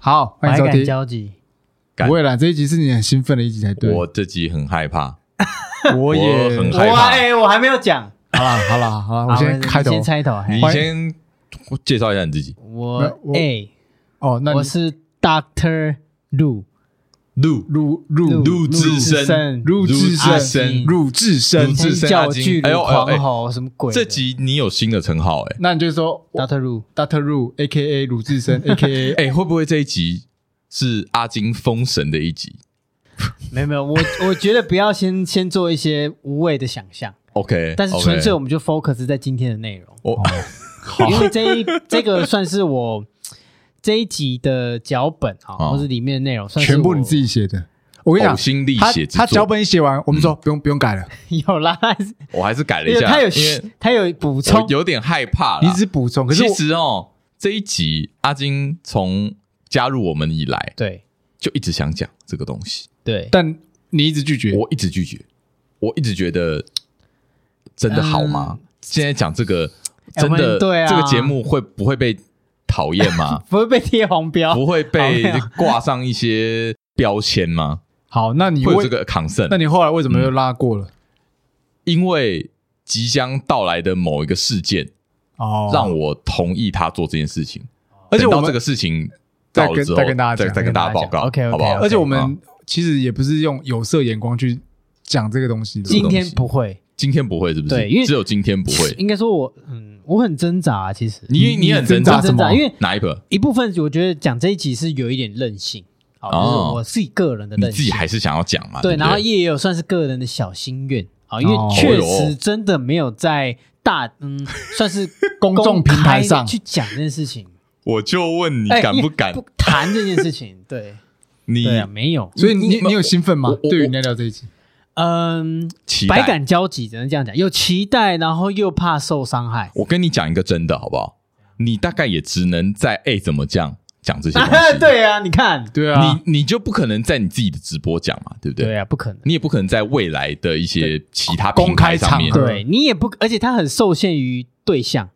好，欢迎百收感听。交集，不会啦，这一集是你很兴奋的一集才对。我这集很害怕，我我 很 我害怕哎、我还没有讲，好啦好啦好啦，我好先你开头先。开头。嘿你欢迎先介绍一下你自己。我没有我哎、哦，那你我是 Doctor Lu，陆入入陆自自深深，入至阿深，金入至入深。至深叫阿我金巨哎乳呦哎呦狂吼什么鬼的？这集你有新的称号哎、那你就说 Doctor Lu， Doctor 入 A K A 鲁智 深 A K A 哎、会不会这一集是阿金封神的一集没有没有，我我觉得不要先先做一些无谓的想 象， ？OK，但是纯粹 OK 我们就 focus 在今天的内容，我、 因为这一这个算是我这一集的脚本啊，哦或是里面的内容，算是全部我你自己写的。我跟你呕讲，心沥他血之他脚作，嗯本一写完，我们说不用不用改了， 有啦，我还是改了因一为下，他有因为他有补充我，有点害怕你啦。只补充。可是其我实哦，这一集阿金从加入我们以来，对就一直想讲这个东西，对，但你一直拒绝。我一直拒绝，我一直觉得真的好吗？现在讲这个哎真我的、们对啊这个节目会不会被讨厌吗？不会被贴黄标，不会被好没有挂上一些标签吗？好，那你会有为这个嗯 concern？那你后来为什么又拉过了？因为即将到来的某一个事件，哦，让我同意他做这件事情，而且等我到们这个事情到了之后，再跟再跟大家讲再再跟大家报告再跟大家讲好不好？ OK，OK，OK 而且我啊们其实也不是用有色眼光去讲这个东西的。 今天不会，今天不会是不是？对因为只有今天不会。应该说我嗯，我很挣扎、啊，其实你你你很挣挣扎扎什么因为哪一个？一部分我觉得讲这一集是有一点任性，好，哦就是我自己个人的你任自己性，还是想要讲嘛？对，不然后也有算是个人的小心愿啊，因为哦确哎实呦真的没有在大嗯，算 是公众平台开地上去讲这件事情，我就问你哎敢不敢不？谈这件事情？对，你对啊，没有，所以你你有兴奋吗我？我对于你来聊这一集，嗯，期百待？感交集，只能这样讲，有期待，然后又怕受伤害。我跟你讲一个真的好不好？你大概也只能在哎怎么讲讲这些东西。 对啊，你看，对啊，你你就不可能在你自己的直播讲嘛，对不对？对啊，不可能。你也不可能在未来的一些其他公平台开上面场合对你也不，而且它很受限于对象，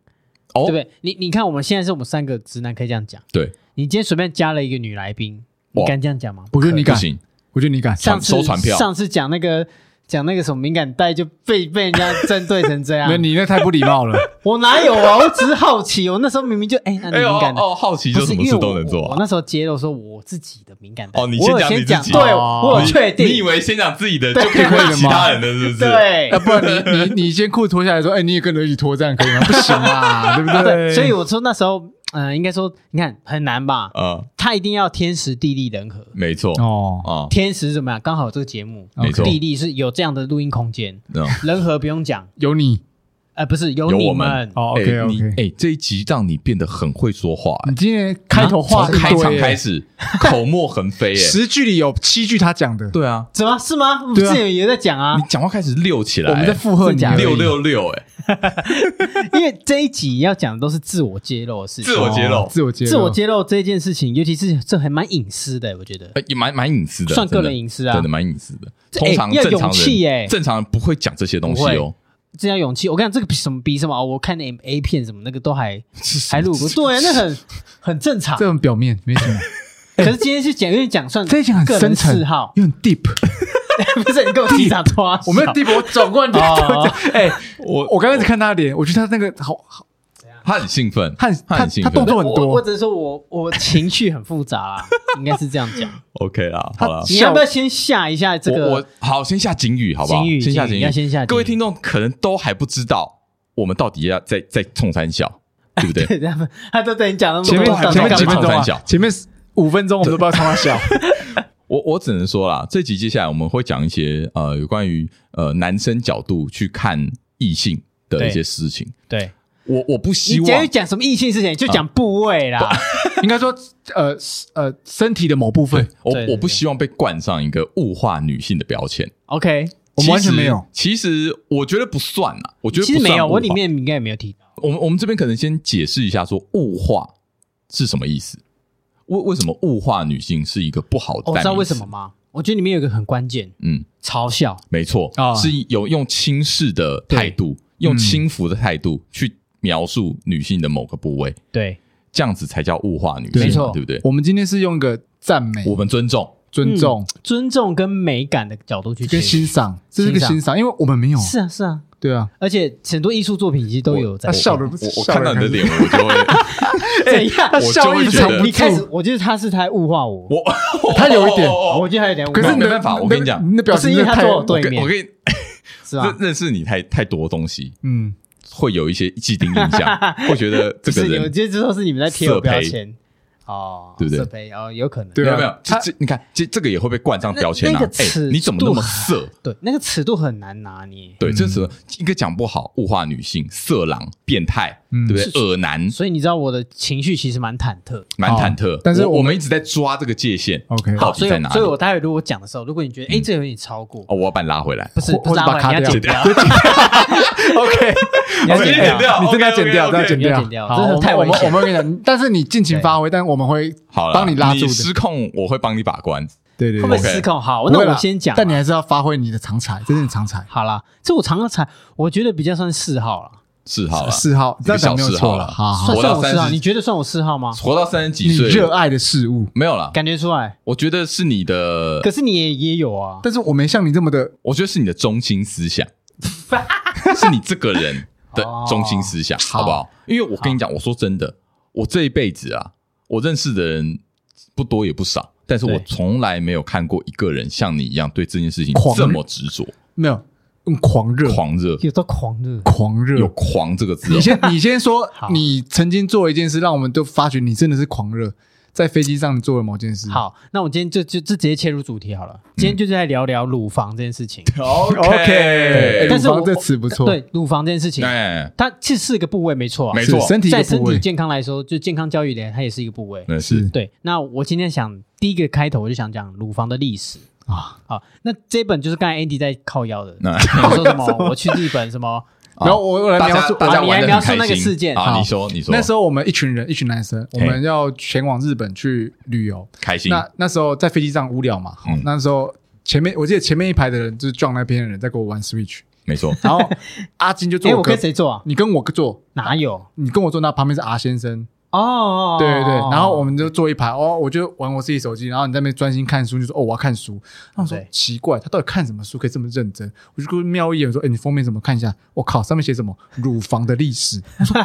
哦对不对？你你看，我们现在是我们三个直男可以这样讲。对，你今天随便加了一个女来宾，哇你敢这样讲吗？我觉得可以你不敢，行，我觉得你敢。上次收传票上次讲那个讲那个什么敏感带就被被人家针对 成这样那，你那太不礼貌了。 我哪有啊？我只是好奇，我那时候明明就哎，那你哎呦敏感的。哦，好奇不就是什因么为事都能我做我啊。那时候揭露说我自己的敏感带，哦你我先有讲先你讲，自己对哦我有确定，你以 为先讲自己的就对可以问其他人的，是不是？ 对要，啊不然你你你先裤子脱下来说，哎，你也跟着一起脱，这样可以吗？不行嘛，对不啊对，对？所以我说那时候，嗯、应该说，你看很难吧？啊，他一定要天时地利人和。没错哦，啊，天时怎么样？刚好有这个节目，哦没错，地利是有这样的录音空间，嗯人和不用讲，有你呃，不是有有你我们哦哎，OK 你 OK。哎，这一集让你变得很会说话，哎你今天开头话从一堆开场开哎始 口沫横飞，哎，十句里有七句他讲的，对啊，怎么是吗？我对啊之前也在讲啊你，讲话开始溜起来，我们在哎附和你真假而已的六六六，哎，因为这一集要讲的都是自我揭露的事情。自我揭露哦自我揭露，自我揭露这件事情，尤其是这还蛮隐私的，我觉得哎也蛮蛮隐私的，算个真的人隐私啊真的蛮隐私的。这通常哎要正常勇气哎人，正常人不会讲这些东西哦。这样勇气。我跟你讲，这个比什么比什么哦，我看 M A 片什么那个都还还录过，对啊，那很很正常这。种表面没什么，可是今天是讲，因为讲算这一集很个深人沉嗜好，又很 deep。不是你跟我机长拖，我 没有 deep，我转过来就哦哎，我我刚开始看他的脸，我觉得他那个好好，他很兴奋，他很他他很兴他奋，动作很我我多，只是说我我情绪很复杂啦，应该是这样讲。 OK 啦，他好啦。你要不要先下一下这我个我好，先下警语好不好？警语先下警语警要先下警语各位听众可能都还不知道，我们到底要在在冲三小，对不对？对，他们他都等你讲那么前多，面到底前面干几嘛分钟长三啊角，前面五分钟我们都不知道从哪笑。 我我只能说啦，这集接下来我们会讲一些呃有关于呃男生角度去看异性的一些事情。对，我我不希你至于望讲什么异性事情，就讲部位啦。应该说，呃呃，身体的某部分，我对对我不希望被冠上一个物化女性的标签。 OK，我们完全没有。其实我觉得不算啦，我觉得其实不算没有，物化我里面应该也没有提到。我们我们这边可能先解释一下，说物化是什么意思？为为什么物化女性是一个不好的、哦我知道为什么？吗？我觉得里面有一个很关键，嗯，嘲笑。没错，啊是有用轻视的态度，用轻浮的态度去描述女性的某个部位。对这样子才叫物化女性嘛，没错对不对？我们今天是用一个赞美、我们尊重，尊重嗯尊重跟美感的角度去跟哦切入欣赏，这是个欣赏欣赏，因为我们没有，是啊是啊，对啊，而且很多艺术作品其实都有在他笑的，我我看到你的脸，我就会， 怎样？他 我笑就意会觉藏得不一开始住，我觉得他是他在物化我，哦我他有一点，哦我觉得他有点物化可我，是你的没办法那我跟你讲那那表不是情因为他太坐我对我跟面我跟你是吧认？认识你太太多东西，嗯，会有一些既定印象，会觉得这个不是，我人觉得这都是你们在贴我色胚标签哦，对不对色胚哦，有可能对没啊有没有，这他这你看这这个也会被冠上标签那啊那个！哎尺，你怎么那度么色？对，那个尺度很难拿捏，对，这是一个讲不好，物化女性、色狼、变态，嗯对不对？恶男，所以你知道我的情绪其实蛮忐忑。蛮忐忑哦好。但是我我我们一直在抓这个界限 OK 到底所以哦在哪我，所以里？嗯我待会如果讲的时候，如果你觉得哎这有点超过，哦，我要把你拉回 来。不是或不是或者把它卡拉回来你要剪掉掉， OK，你要剪掉你真的要剪掉， OK，OK，OK 真的要剪你要掉，剪掉好真的我们太危险我们我们跟你讲，但是你尽情发挥，但我们会好了，帮你拉住失的。控我会帮你把关。对对会不会对， OK 失控？好，不那会啦我先讲啊。但你还是要发挥你的长才，这是你长才好啦，这我常常才，我觉得比较算嗜好啊了，是好了，嗜好，这样讲没有小嗜好错啦了。好好，算活算到我嗜好， 30你觉得算我嗜好吗？活到三十几你岁，热爱的事物，没有啦。感觉出来，我觉得是你的可，是你也也有啊，但是我没像你这么的，我觉得是你的中心思 想，是你这个人的哦中心思想，好不好？因为我跟你讲，我说真的，我这一辈子啊，我认识的人不多也不少，但是我对从来没有看过一个人像你一样对这件事情狂热这么执着、没有用狂热，狂热，有到狂热，狂有热。 “狂”这个字、你哦。 先，你先说好，你曾经做了一件事，让我们都发觉你真的是狂热，在飞机上做了某件事。，好，那我今天就就就直接切入主题好了。嗯今天就是在聊聊乳房这件事情，哎但是乳房我这词不错对，乳房这件事情，哎，它其实是一个部位，没错啊，没是错身体一在个身部体位健康来说，就健康教育点，它也是一个部位。那是是对，那我今天想第一个开头我就想讲乳房的历史。啊。好，那这本就是刚才 Andy 在靠 腰的，那我说什么？我去日本什么？然后我我来大啊描家述，大家你玩还的描很述开那个心事件啊！好你说，你说，那时候我们一群人，一群男生，我嘿们要前往日本去旅游。开心，那那时候在飞机上无聊嘛，好嗯那时候前面我记得前面一排的人就是撞那边的人在跟我玩 Switch，没错，然后阿金就坐哎，我我隔跟，谁做啊？你跟我坐，哪有？你跟我坐，那旁边是阿先生，哦哦，哦对对对，哦然后我们就坐一排，哦，我就玩我自己手机，然后你在那边专心看书，就说哦我要看书，然后我说对奇怪，他到底看什么书可以这么认真？我就跟他瞄一眼，我说哎你封面怎么看一下？我靠，上面写什么？乳房的历史，我说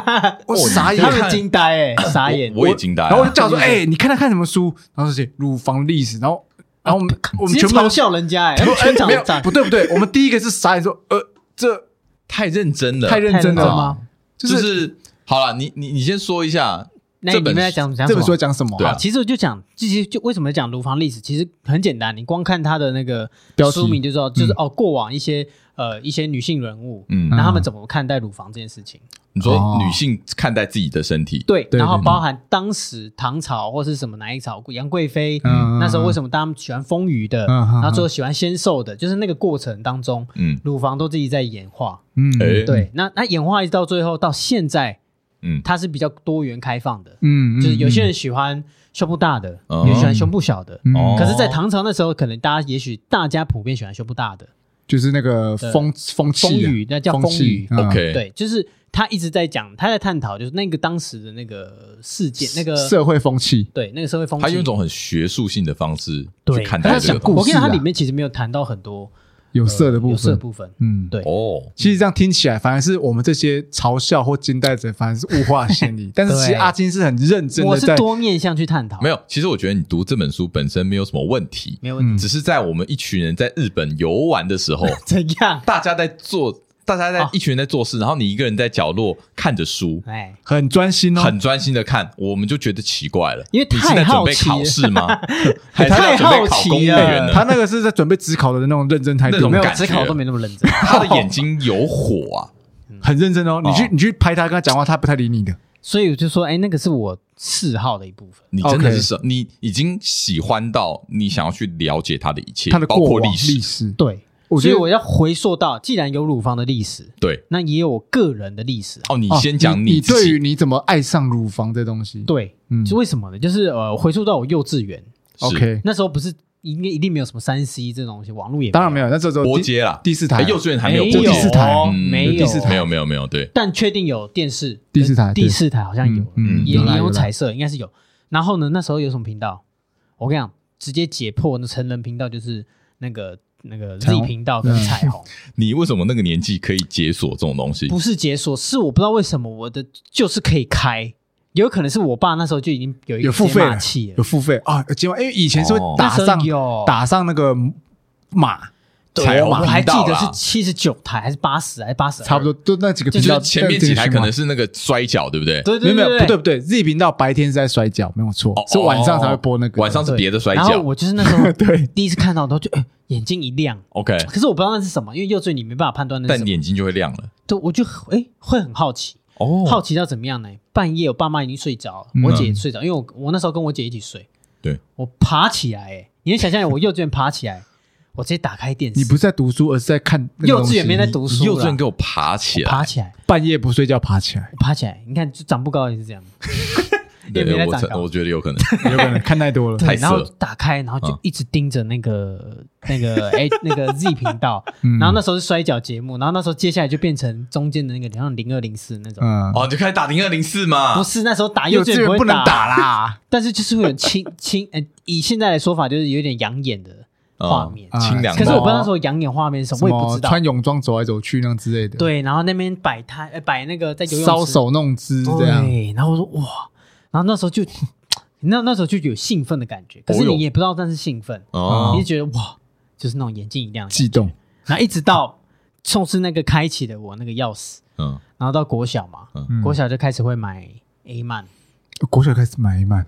我傻眼他。们 惊呆哎，傻眼。我也惊呆了，然后我就叫我说：“哎、你看他看什么书？”然后就写乳房历史，然后，然后我们我们直接全部都嘲笑人家哎，他们哎全场没有赞不对不 对，我们第一个是傻眼说：“呃，这太认真了，太认真太认真了了吗？”就、就是是好了，你你你先说一下，那这你本们在讲讲这什本么书在讲什么？对啊其实我就讲，其实就为什么讲乳房历史，其实很简单，你光看它的那个标题嗯书名就知道，就是、哦，过往一些呃一些女性人物，嗯那他们怎么看待乳房这件事情？你说哦女性看待自己的身体，对，对然后对包含当时唐朝或是什么哪一朝，杨贵妃、嗯那时候为么？什么大家喜欢丰腴的，嗯嗯嗯然后最后喜欢纤瘦的，就是那个过程当中，嗯乳房都自己在演化。嗯，哎对，那那演化一直到最后到现在，嗯它是比较多元开放的，嗯，嗯哦就是有些人喜欢胸部大的，嗯有喜欢胸部小的，嗯哦可是，在唐朝那时候，可能大家也许大家普遍喜欢胸部大的，就是那个风风气啊风雨那叫风气雨。嗯 OK 对，就是他一直在讲，他在探讨，就是那个当时的那个事件，那个社会风气，对那个社会风气。她用一种很学术性的方式对去看待她这想个故东事我跟你讲，啊它里面其实没有谈到很多有有色的部有色分，部分。嗯，对西，哦，其实这样听起来，反而是我们这些嘲笑或惊呆者，反而是物化先 理。但是其实对阿金是很认真我的是在，多面向去探讨，没有，其实我觉得你读这本书本身没有什么问题，没有嗯问题。只是在我们一群人在日本游玩的时候， 怎样？ 大家在做，大家啊在哦一群人在做事，然后你一个人在角落看着书。哎，很专心哦，很专心的看，我们就觉得奇怪了。因为你是在准太好备奇了考试 吗？还是在太准备好考奇公务了员对呢？啊哎他那个是在准备职考的那种认真态那度，种没有感觉只考都没那么认真。 他的眼睛有火啊！很认真哦。你去你去拍他，跟他讲话，他不太理你的。 所以我就说，哎，那个是我嗜好的一部分。你真的 OK 是什你已经喜欢到你想要去了解他的一切，他的包过括往历史。史，对，我觉所以得我要回溯到，既然有乳房的历史，对，那也有我个人的历史啊。哦，你哦先讲你自对己。于你怎么爱上乳房这东西，对，嗯是为什么呢？就是呃，回溯到我幼稚园是，OK，那时候，不是应该一定没有什么三 C 这种东西，网络也当然没有，那这时候拨第接啦，第四台啊哎幼稚园还没有没拨有接，第四台嗯没有第四台没有没有没有，对，但确定有电视，第四台呃对第四台好像有，嗯嗯也有啦也有有啦彩色，应该是有。然后呢，那时候有什么频道？我跟你讲，直接解破那成人频道就是那个那个彩 Z 虹频道跟嗯彩虹，你为什么那个年纪可以解锁这种东西？不是解锁，是我不知道为什么我的就是可以开，也有可能是我爸那时候就已经有一个有付解费码了器了有，付费啊，今晚因为以前是会哦打那时候上有打上那个码，对彩虹我还频记道得是啦七十九台还是八十还是八十，差不多就那几个就频是道，前面这几个台循可环能是那个摔跤，对不对？对。没对有没有对对，不对不对，Z 频道白天是在摔跤，没有错，哦是晚上才会播那个。晚上是别的摔然后跤。我就是那时候 对第一次看到，都就、呃眼睛一亮。 OK，可是我不知道那是什么，因为幼稚园你没办法判断那是但什么。眼睛就会亮了。对，我就哎会很好奇，哦好奇到怎么样呢？半夜我爸妈已经睡着了，嗯我姐也睡着，因为我我那时候跟我姐一起睡。对，我爬起来，哎，你能想象我幼稚园爬起来，我直接打开电视，你不是在读书，而是在看那个幼东稚西园没在，读书啦，幼稚园给我爬起来，啊爬起来，半夜不睡觉爬起来，我爬起来，你看就长不高也是这样，也没对，在我长曾高我。觉得有 可能。有可能 看太多了。对，太色然后打开，然后就嗯一直盯着那个、那个哎 那个 Z 频道，嗯然后那时候是摔跤节目，然后那时候接下来就变成中间的那个，好像零二零四那种。嗯，哦，你就开始打零二零四嘛？不是那时候打幼啊稚稚园会不能打，打啦，但是就是会有 亲亲，呃，以现在的说法就是有点养眼的嗯画面。啊清凉可是我不知道那什时候养眼画面是什么么，我也不知道穿。泳装走来走去那样之类的，，对，然后那边摆摊，呃，摆那个在游泳池搔首弄姿这样。对，然后我说哇，然后那时候就 那那时候就有兴奋的感觉，可是哦哟你也不知道那是兴奋，哦你就觉得哇，就是那种眼睛一亮的感觉悸动，然后一直到冲是那个开启了我那个钥匙，嗯，然后到国小嘛，嗯国小就开始会买 A 漫，国小开始买一买了，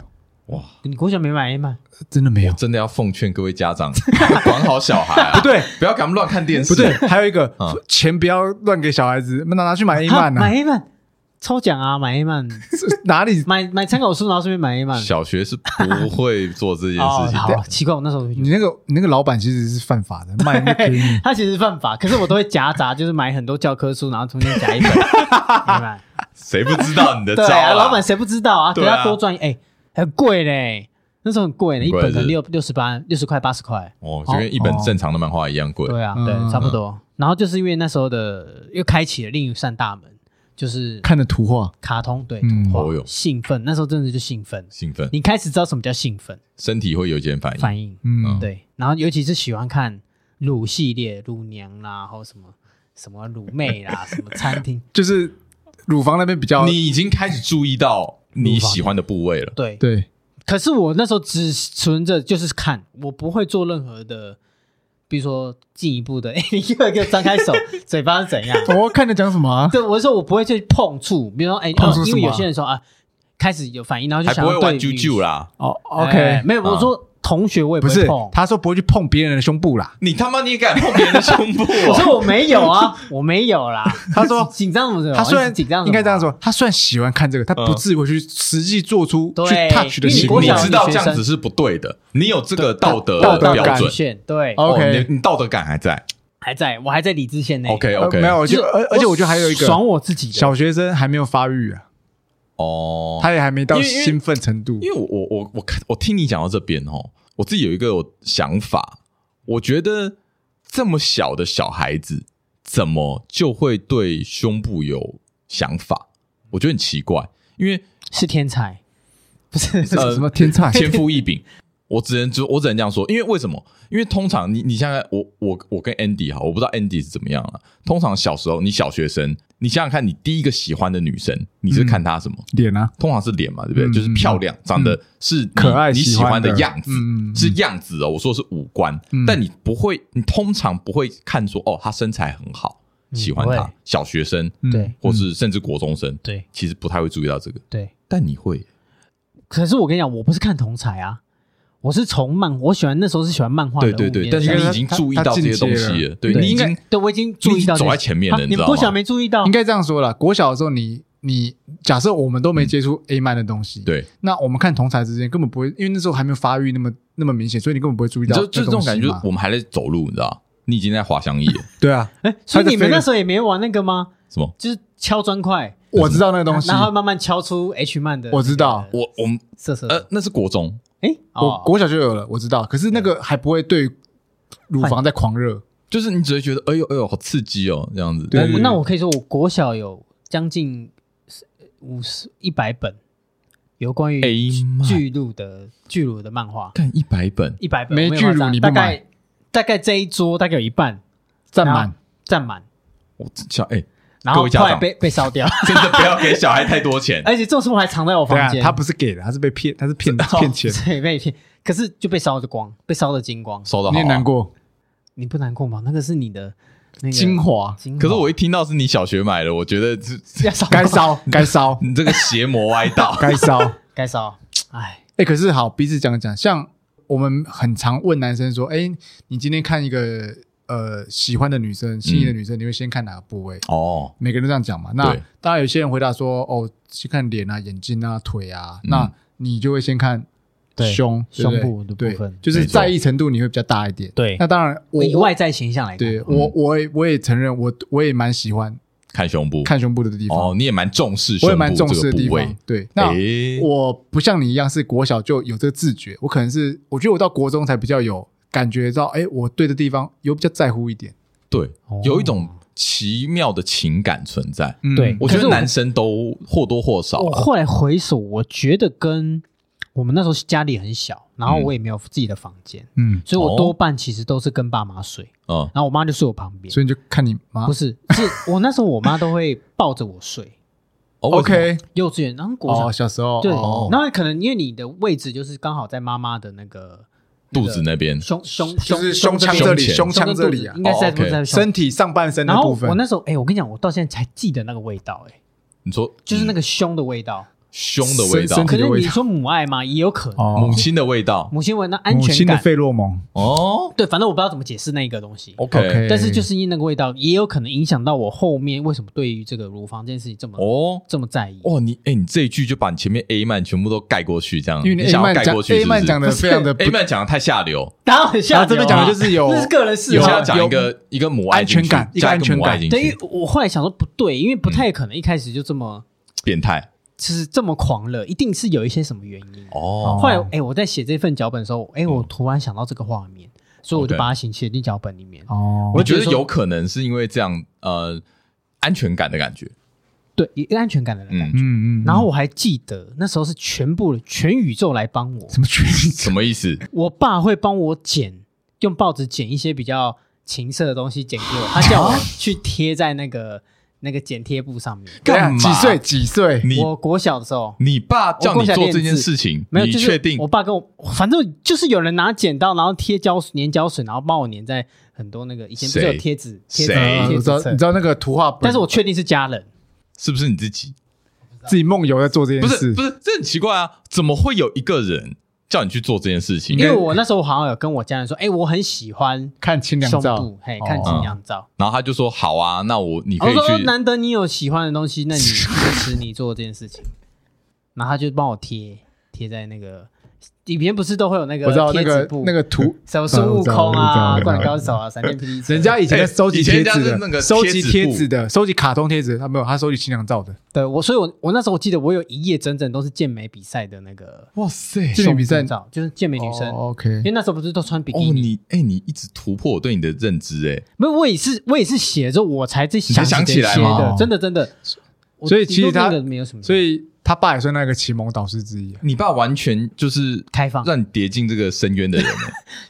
哇，你国小没买 A 漫，真的没有我，真的要奉劝各位家长 管好小孩 啊，不对不要给他们乱看电视。不对，还有一个嗯钱不要乱给小孩子，拿拿去买 A 哈漫啊买，A 漫抽奖啊，买 A 漫，是哪里买买参考书，然后顺便买 A 漫。小学是不会做这件哦事，情的。好奇怪，我那时候就觉嗯你得。那个你那个老板其实是犯法的，卖那给你他其实犯法，可是我都会夹杂，就是买很多教科书，然后中间 夹一本 A 漫。谁不知道你的 对招啊，啦老板谁不知道啊？给对啊他多赚，哎，很贵嘞，那时候很贵呢，很一贵本可能是六六十八、六十块、八十块。哦，就跟一本正常的漫画一样贵。对啊，嗯对，差不多。然后就是因为那时候的又开启了另一扇大门，就是 看的图画，卡通对嗯图画嗯哦哟兴奋，那时候真的就兴奋，兴奋，你开始知道什么叫兴奋身体会有一点反应。反应，嗯，对。然后尤其是喜欢看乳系列、乳娘啦，还有什么什么乳妹啦，什么餐厅，就是乳房那边比较，你已经开始注意到你喜欢的部位了。对。对，可是我那时候只存着就是看，我不会做任何的。比如说进一步的， 哎、你又给我张开手， 嘴巴是怎样？我看你讲什么啊？ 对，我是说我不会去碰触，比如说 哎，碰触呃什因为么有啊些人说啊，开始有反应，然后就还想不会要对玩女啾啾啦！哦哎，OK，没有，我啊说同学我哦也不会是碰，，他说不会去碰别人的胸部啦，你他妈你也敢碰别人的胸部、 我哦？说我没有啊，我没有啦。 他说紧张什么什么？他虽啊我一然直紧张，应该这样，说，他虽然喜欢看这个，他不嗯至于会去实际做出去对 touch 的因为行国为你小。知道这样子是不对的，你有这个道德道的德感标准底。线对，哦 OK 哦你你道德感还在。还在我还在理智线内。 OK 呃 OK，没有，我就就是而而且我觉得还有一个爽我自己的，小学生还没有发育啊，哦，他也还没到因为因为兴奋程度因为我我我我看我听你讲到这边哦，我自己有一个我想法，我觉得这么小的小孩子怎么就会对胸部有想法？我觉得很奇怪，因为是天才， 不是这呃是什么 天才？天赋异禀。我只能就我只能这样说，因为为什么？因为通常你你想想看，我我我跟 Andy 哈，我不知道 Andy 是怎么样了。通常小时候你小学生，你想想看，你第一个喜欢的女生，你是看她什么？脸啊，通常是脸嘛，对不对？嗯就是漂亮，长得是你可爱你喜喜欢的的样子，嗯嗯嗯是样子哦。我说的是五官，嗯但你不会，你通常不会看说哦，她身材很好，喜欢不她会。小学生嗯对或是甚至国中生，对其实不太会注意到这个，对。但你会可是我跟你讲，我不是看同才啊，我是从漫，我喜欢那时候是喜欢漫画的对物对对，件。但是应该你是已经他注意他到这些进阶东西了了，对对你已应该经对我已经注意到你已这经些，走在前面了啊你你知道吗们国小没注意到嗯应，该这样说啦，国小的时候你，你假设我们都没接触 A 漫的东西，，嗯对，那我们看同才之间根本不会，因为那时候还没有发育那么那么明显，所以你根本不会注意你到就就这种感觉，就是那东西我们嘛还在走路，你知道，你已经在滑翔翼了，对啊，哎，所以你们它的那时候也没玩那个吗？什么？就是敲砖块，我知道那个东西然，后慢慢敲出 H 曼的，我知道我我们色色的呃，那是国中，哎，我哦，国小就有了，我知道，可是那个还不会对乳房在狂热，就是你只会觉得哎呦哎呦好刺激哦这样子。对但是那我可以说，我国小有将近五十一百本有关于哎妈巨鹿的巨鹿的漫画，看一百本，一百本没我有巨乳夸张你不大买概大概这一桌大概有一半占然满后。占满，我想哎，然各后位家后来长被被 烧掉，真的不要给小孩太多哎钱。而且这种书还藏在我对啊房，间，他不是给的，他是被 骗，他是骗骗钱，对被骗，可是就被烧的光，被烧的精光，收到啊你也难。过。你不难过吗？那个是你的那个精华精华，可是我一听到是你小学买的，我觉得这要烧该烧， 该烧，你这个邪魔歪道 。该烧。该烧，哎，哎、可是好，彼此讲讲，像我们很常问男生说，哎、你今天看一个呃喜欢的女生、心仪的女生，你会先看哪个部位？哦，每个人都这样讲嘛。那对当然有些人回答说，哦，先看脸啊、眼睛啊、腿啊。嗯那你就会先看对胸、对不对胸部的部对分就是没错在意程度你会比较大一点。对那当然我以外在形象来看，对我嗯我也我也承认，我我也蛮喜欢看胸部，看胸部的地方。哦，你也蛮重视我胸也蛮部这重视个的地部方位。。对，那诶我不像你一样是国小就有这个自觉，我可能是我觉得我到国中才比较有感觉到，哎，我对的地方有比较在乎一点。对哦，有一种奇妙的情感存在。嗯对我觉可是得我男生都或多或少我啊，后来回首，我觉得跟我们那时候家里很小，然后嗯我也没有自己的房间，嗯，所以我哦多半其实都是跟爸妈睡，嗯，然后我妈就睡我旁边。所以你就看你妈不是，是我那时候我妈都会抱着我睡，哦为什么，OK，幼稚园，然后国小哦，小时候，对哦，然后可能因为你的位置就是刚好在妈妈的那个肚子那边胸胸就胸是胸腔这这边里，前胸胸腔跟这肚里子啊，应该是在哦，OK 在在胸身体上半身的然后部分我。那时候，哎，我跟你讲，我到现在才记得那个味道，哎，你说就是嗯那个胸的味道。胸的味道深深，可体的是味你道说母爱吗？也有可能，哦母亲的味道，母亲闻到安母全亲的感。费洛蒙哦对，反正我不知道怎么解释那个东西。 ，OK，但是就是因为那个味道，也有可能影响到我后面为什么对于这个乳房这件事情这么、哦这么在意。哦，你哎、你这一句就把你前面 A 曼全部都盖过去，这样因为你 A 想要曼盖讲过去是 A 不是曼讲的非常的不 A 曼讲的太下流，当然很然像后这边讲的就是有这是个人嗜有些些要要好。讲一个一个母爱进去安全感一个加安全母感爱进对，因为去，我后来想说不对，因为不太可能一开始就这么变态就是这么狂热，一定是有一些什么原因。哦后来，哎，我在写这份脚本的时候，哎，嗯我突然想到这个画面，所以我就 OK 把它写写进脚本里面。哦我觉我觉得得说有可能是因为这样 呃安全感的感觉，对，一个安全感的感觉。嗯嗯嗯，然后我还记得那时候是全部的全宇宙来帮我，什么全什么意思？我爸会帮我剪，用报纸剪一些比较情色的东西剪给我，他叫我啊去贴在那个那个剪贴布上面。干嘛几岁？几岁？你我国小的时候你爸叫我过你下做练这件字事情，没有，你就是确定我？爸跟我，反正就是有人拿剪刀，然后贴胶水粘胶水，然后帮我粘在很多那个以前不是谁有贴纸贴纸谁嗯呃贴我纸知道，册你知道那个图画本，但是我确定是家人，是不是你自己？自己梦游在做这不件是事，不是，这很奇怪啊！怎么会有一个人叫你去做这件事情因？为我那时候好像有跟我家人说，哎，我很喜欢看清凉胸照，部，嘿，看哦清凉照。然后他就说：“好啊，那我你可我以哦说去。”难得你有喜欢的东西，那你支持你做这件事情。然后他就帮我贴贴在那个以前不是都会有那个我知道贴那纸个布那个图， 什么孙悟我空啊、知道我知道灌篮高手啊、闪电霹雳车，人家以前在收集哎以前贴人家纸是的，那个收贴集纸贴布纸的，收集卡通贴纸，他没有，他收集清凉照的。对我，所以我我那时候我记得我有一页整整都是健美比赛的那个哇塞！健美比赛胸部照，就是健美女生。哦因 OK，为那时候不是都穿比哦基，尼，你哎、你一直突破我对你的认知哎、没有我也是我也是写了之后我才在才想想这起来些吗的哦，真的真的。我所以顶其实多他那个没有什么，所以他爸也算那个启蒙导师之一啊。你爸完全就是开放让你跌进这个深渊的人、欸，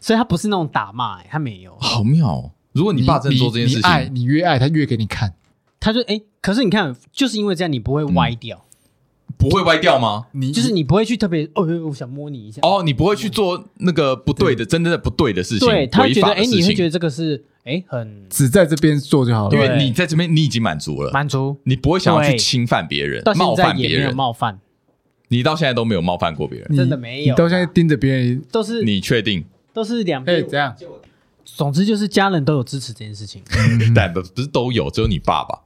所以他不是那种打骂，哎他没 有，好妙、哦！如果你爸真的做这件你事你爱情，你越爱他越给你看，他就哎、可是你看，就是因为这样，你不会歪掉，嗯不会歪掉吗？你就是你不会去特别哦，我想摸你一下。哦，你不会去做那个不对的，真正的不对的事情，嗯对，他会违觉得法哎、的事你会情觉得这个是哎、很只在这边做就好因了。为对你在这边你已经满足了，满足，你不会想要去对侵犯别人到、呃冒现在犯也别没有人，冒犯，你到现在都没有冒犯过别人，你真的没有你到现在盯着别人，都是你确定？都是两哎，边。怎样？总之就是家人都有支持这件事情，但不不是都有，只有你爸爸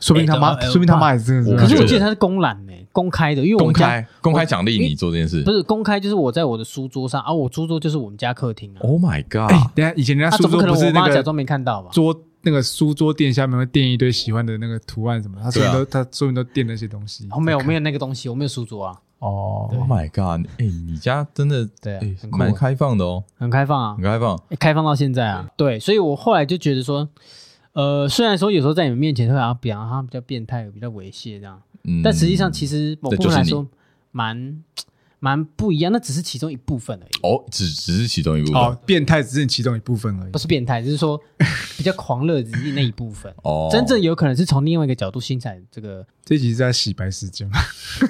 说明他妈，哎说明他妈也是真的我可是是我觉记得得他是公然呢、公开的，因为我公们家开公开奖励你做这件事不。是公开，就是我在我的书桌上啊，我书桌就是我们家客厅啊， Oh my 哎 god！，等一下以前人啊家书怎么桌可能不我是那妈假个装没看到吧？桌那个书桌垫下面会垫一堆喜欢的那个图案什么，他说明对啊都他说明都垫那些东西。哦哦，没有没有那个东西，我没有书桌啊，哦， Oh my god！哎、你家真的对啊哎很酷蛮、啊开放的哦，很开放啊很，开放。欸开放到现在啊，对，所以我后来就觉得说，呃，虽然说有时候在你们面前会好像比较好像比较变态，比较猥亵这样，嗯，但实际上其实某这部就分是来你说，蛮蛮不一样，那只是其中一部分而已，哦，只只是其中一部分哦，变态只是其中一部分而已不。是变态，就是说比较狂热只是那一部分，哦，真正有可能是从另外一个角度欣赏这个这集是在洗白时间吗？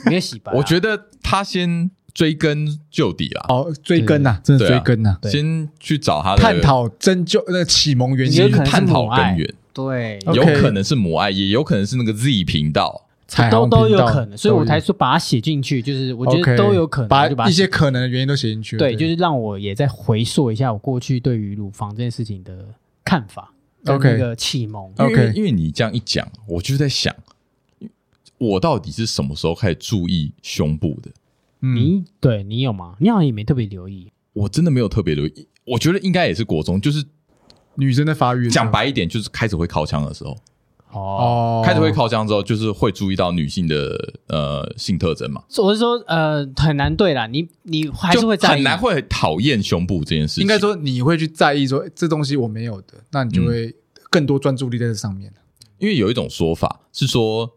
没有洗白啊、我觉得他先追根究底啦，哦，追根呐，真的对追啊根呐，对先去找他的探，讨针灸那个启蒙原有因可能是探讨母爱根源，对， OK 有可能是母爱，也有可能是那个 Z 频道。彩都虹都频有道可能，所以我才说把它写进去，就是我觉 OK，得都有可能，把我就把它一写些可能的原因都写进去了。对，就是让我也再回溯一下我过去对于乳房这件事情的看法跟 OK 那个启蒙。 OK 因为因为你这样一讲，我就在想，我到底是什么时候开始注意胸部的？嗯，你对你有吗？你好像也没特别留意，我真的没有特别留意，我觉得应该也是国中，就是女生的发育讲白一点，就是开始会靠枪的时候，嗯哦。哦，开始会靠枪之后，就是会注意到女性的呃性特征嘛，我是说，呃，很难对啦，你你还是就会在意很难会讨厌胸部这件事情。应该说你会去在意说诶这东西我没有的，那你就会更多专注力在这上面。因为有一种说法是说，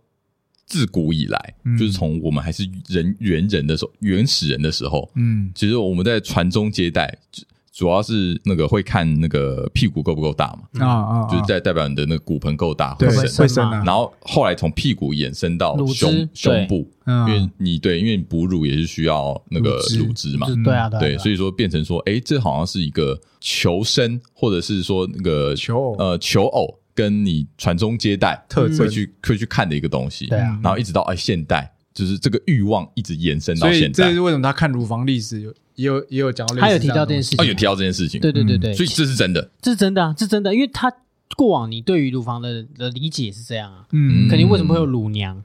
自古以来，嗯就是从我们还是人猿人的时候，原始人的时候，嗯，其实我们在传宗接代，主主要是那个会看那个屁股够不够大嘛，啊啊，啊就是在代表你的那个骨盆够大会对会生。会生啊嘛，然后后来从屁股衍生到乳汁胸胸对部，因为嗯，你对，因为你哺乳也是需要那个乳汁乳汁嘛就，是对啊，对嗯啊对，啊所以说变成说，哎，这好像是一个求生，或者是说那个求偶呃求偶跟你传宗接代特会征去会去看的一个东西。对啊然后一直到哎现代，就是这个欲望一直延伸到所以现这代是。为什么他看乳房历史有也有也有讲到类似他这有样的东西，提哦，到这件事情，有提到这件事情，对对对对，所以这是真的。这是真的啊，这是真的，因为他过往你对于乳房的的理解是这样啊，嗯，肯定为什么会有乳娘？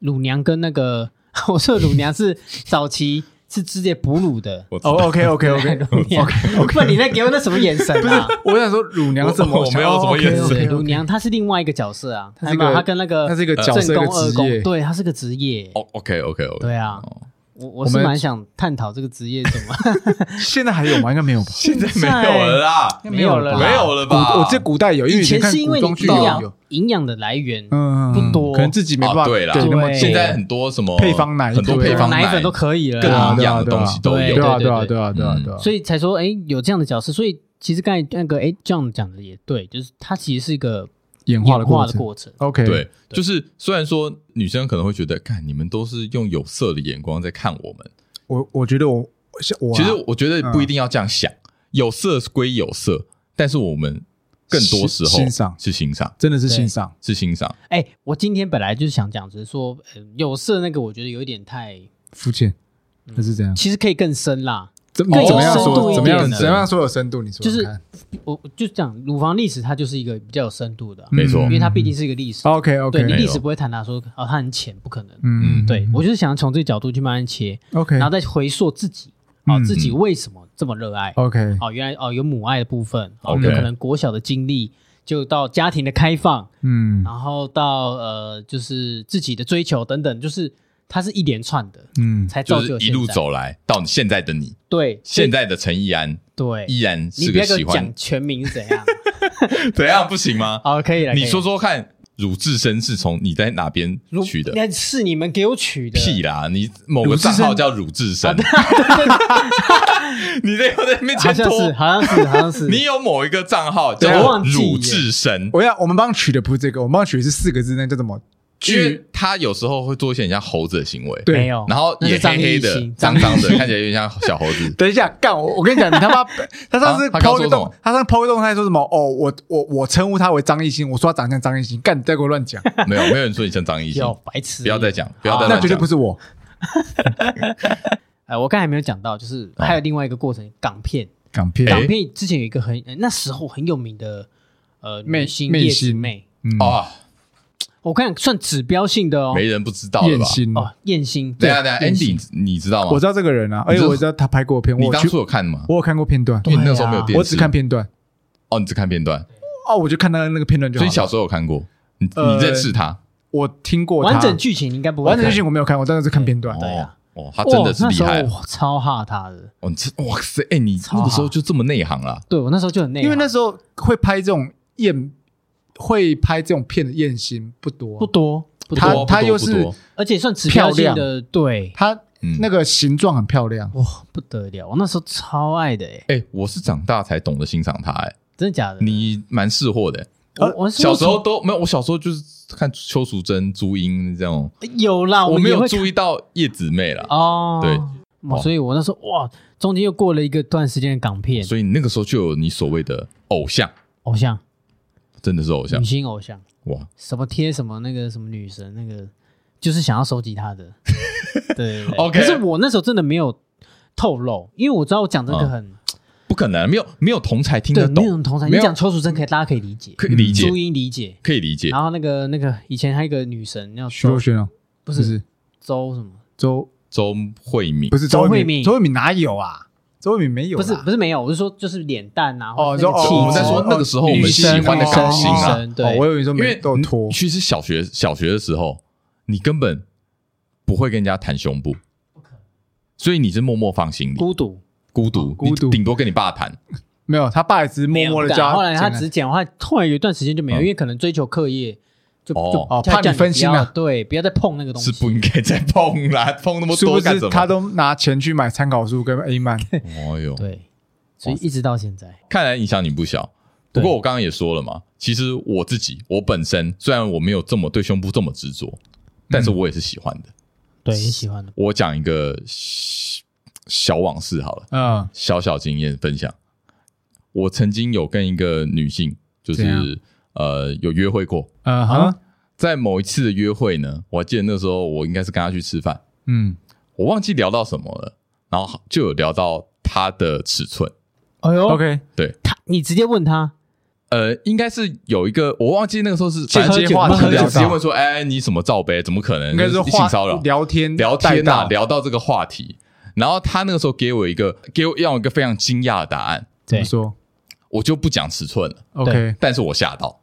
乳娘跟那个， 我说的乳娘是早期是直接哺乳的。我知道哦，OK OK 乳 OK 娘 OK，，不，你在给我那什么眼神啊？我想说乳娘怎么 我我没有什么对眼对神对， OK，OK，OK 乳娘她是另外一个角色啊，她是一个还有她跟那个她是一个角色正宫一个职二业哦宫，对，她是个职业。哦，OK OK OK，对啊，我我我是们蛮想探讨这个职业怎么现在还有吗？应该没有吧？现在没有了啦，没有了啦，没有了吧？古我记得古代 有，因为以前看是因为古装你剧营也养有，营养的来源，嗯，嗯哦不多可能自己没办法啊对啦给那么对多现在很多什么配方奶很多配方啊奶粉都可以了各啊，种营养的东西都对有对。啊对对啊对对啊对啊嗯对啊，所以以才说，哎，有这样的角色，所以其实刚才那个哎 John 讲的也对，就是它其实是一个演化演的化过的程过程。 ，OK，对，就是虽然说女生可能会觉得，看你们都是用有色的眼光在看我们，我我觉得我像我啊其实我觉得不一定要这样想，有色归有色，但是我们更多时候欣欣赏是欣赏，真的是对欣赏，是欣赏。哎，我今天本来就是想讲，只是说，呃，有色那个我觉得有一点太，肤浅，那是这样。其实可以更深啦。怎更么有怎么样嗯深度说？一怎么样？点的怎么样说有深度？你啊说就是嗯说看我我就讲乳房历史，它就是一个比较有深度的啊，没错因为它毕竟是一个历史， OK 对 OK，你没历嗯有史不会谈它说哦它很浅，不可能。嗯，对我就是想从这个角度去慢慢切， OK，然后再回溯自己，哦嗯自己为什么这么热爱？ OK 哦，原来哦有母爱的部分，哦 OK 有可能国小的经历，就到家庭的开放，嗯然后到呃就是自己的追求等等，就是它是一连串的，嗯才造就就了是一路现在走来到现在的你，对现在的陈意安对依然是你不个要给喜我讲欢，全名是怎样？怎样不行吗？好，可以了。 你可以说了说看，鲁智深是从你在哪边如取的？那是你们给我取的。 屁啦！你某个鲁智账深号叫鲁智深，你在又在那边好牵 像是，拖。好像是，好像是。你有某一个账号对叫我做忘记耶鲁智深，我要我们帮取的不是这个，我们帮取的是四个字，那叫什么？因为巨他有时候会做一些很像猴子的行为，对没有？然后哦那也是张黑黑艺的兴、脏脏的，看起来有点像小猴 子。等一下，干我！我跟你讲，你他 妈，他上次啊他刚说抛一个什动么，他上次抛一个动态说什么？哦，我我我称呼他为张艺兴，我说他长得像张艺兴，干你再给我乱讲，没有，没有人说你像张艺兴有，哦白痴，不要再讲不要再好那乱绝对不是我。呃，我刚才没有讲到，就是哦还有另外一个过程，港片，港片港片之前有一个很呃那时候很有名的呃妹女星妹叶子星妹，嗯哦，我看算指标性的哦没，人不知道了燕吧？心，哦，艳星，等一下等一下艳星，Andy，你知道吗？我知道这个人啊，而且我知道他拍过片，你我当去初有看吗？我有看过片段，因为你那时候没有对啊电视，我只看片段。哦，你只看片段，哦，我就看他那个片段就好所以了。小时候有看过，你呃你认识他？我听过他完整剧情你应该不会完整看剧情我没有看，我真的是看片段。对啊，哦，他真的是厉害哇那时候我超怕他的。哦！你这哇塞，哎，你超那好个时候就这么内行啊啦？对我那时候就很内行，因为那时候会拍这种艳，会拍这种片的艳星不多啊，不多，不他多多，不他多又不是多而且算指标性漂的，对，他嗯那个形状很漂亮，哇，不得了！我那时候超爱的，哎，哎，我是长大才懂得欣赏他，哎，真的假的？你蛮识货的。我我是小时候都没有，我小时候就是看邱淑贞、朱茵这种，有啦，我们没哦也有会注意到叶子妹啦。哦，对哇，所以我那时候哇，中间又过了一个段时间的港片，所以你那个时候就有你所谓的偶像，偶像、真的是偶像女星偶像，哇！什么贴什么那个什么女神，那个就是想要收集 她的。对对对 OK 可是我那时候真的没有透露，因为我知道我讲这个很、不可能，没有没有同才哦听对，得没懂，有嗯同场。没你有讲邱淑贞可以，大家可以理解，可以理解，朱茵理解。可以理解。然后那个那个以前还有一个女神叫徐周若，瑄啊，不是不是是周什么，周周慧敏不是周周慧慧敏敏，周慧敏哪有啊？周慧敏没有不啦，是不是没有，我是说就是脸蛋啊，哦或者那个说哦气质我们在说那个时候我们喜欢的港星女啊，神哦对，我以为你说因没为都有脱你，其实小学小学的时候，你根本不会跟人家谈胸部，所以你是默默放心里，孤独。孤独，孤独你顶多跟你爸谈。没有，他爸也只是默默的没有啊叫他啊后来他进只讲，后来后来有一段时间就没有，嗯因为可能追求课业，就哦就哦他怕叫你分心啊不要对，不要再碰那个东是西。不应该再碰 啦，碰那么殊多不干什知么？他都拿钱去买参考书跟 A 漫，哦哟，对，所以一直到现在，看来影响你不小。不对过我刚刚也说了嘛，其实我自己我本身虽然我没有这么对胸部这么执着，但是我也是喜欢的。对，也喜欢的。我讲一个小小往事好了，嗯，小小经验分享。我曾经有跟一个女性，就怎样是呃有约会过，嗯啊哼，在某一次的约会呢，我还记得那时候我应该是跟她去吃饭，嗯，我忘记聊到什么了，然后就有聊到她的尺寸。哎哦呦 OK，对，他你直接问他，呃，应该是有一个，我忘记那个时候是反正喝直酒接话吗题喝酒聊，直接吧问说，哎，你什么罩杯？怎么可能？应该是性话骚扰聊天聊带天呐、到啊，聊到这个话题。然后他那个时候给我一个给我让我一个非常惊讶的答案，怎对么，说我就不讲尺寸了， ？OK，但是我吓到。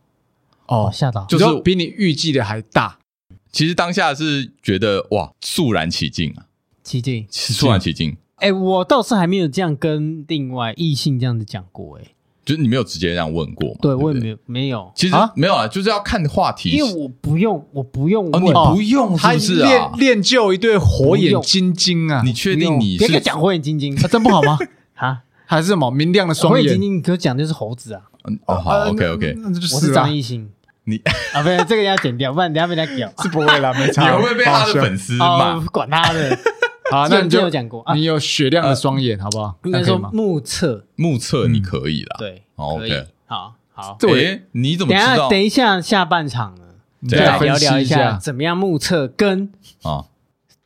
哦，哦，吓到，就是你说比你预计的还大，其实当下是觉得哇，肃然起敬啊，奇迹。肃然起敬，哎，我倒是还没有这样跟另外异性这样子讲过，哎，就是你没有直接这样问过嘛？对不我也没有没有，其实啊没有啊，就是要看话题因。为我不用，我不用哦，你问，不用是他不是啊练？练就一对火眼金睛啊！你确定你别是跟我讲火眼金睛，他真不好 吗？啊，还是什么明亮的火双眼金眼？睛，你给我讲就是猴子啊。嗯哦好呃？OK OK，那那那就我是是啦张艺兴，你啊，不是这个要剪掉，不然等下被人家是不会啦，没你差。会不会被他的粉丝屌。骂哦？，管他的，啊？那你之前就有讲过啊你有雪亮的双眼，好不好？应该那可以说吗目测，目测你可以啦。对，好可 OK 以，好好。这我诶，你怎么等一知下道等一下下半场呢，你对再啊来再聊分聊析一下下。怎么样目测跟啊？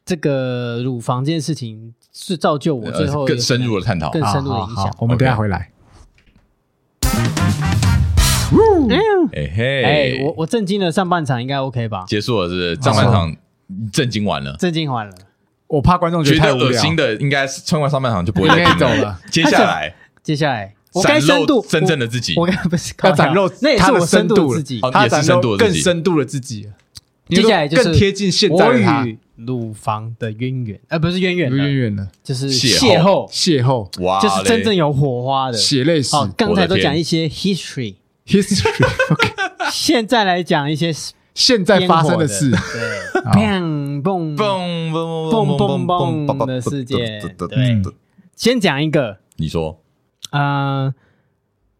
这个乳房这件事情是造就我最后呃更深入的探讨。更好深入的好影好响。我们 OK 等一下回来。哎嘿，哎，我我震惊了上半场，应该 OK 吧？结束了，是不是上半场震惊完了，震惊完了，我怕观众觉太得无恶聊心。的应该是穿完上半场就不会再听应该走了。接下来接下来我该展深露度真正的的自己我，该不是要展露那也是他的我深深度度自了己。哦他也是展深度的露自更己深度的自己了。接下来就是更贴近现在我的他，与乳房的渊源，呃，不是渊源啊，远远的就是邂邂逅，邂逅、哇嘞，就是真正有火花的。血泪史、好，刚才我的都天讲一些 history， history，OK，现在来讲一些现在发生的事烟。火的对砰蹦蹦。蹦蹦蹦蹦蹦的世界对先讲一个，你说呃，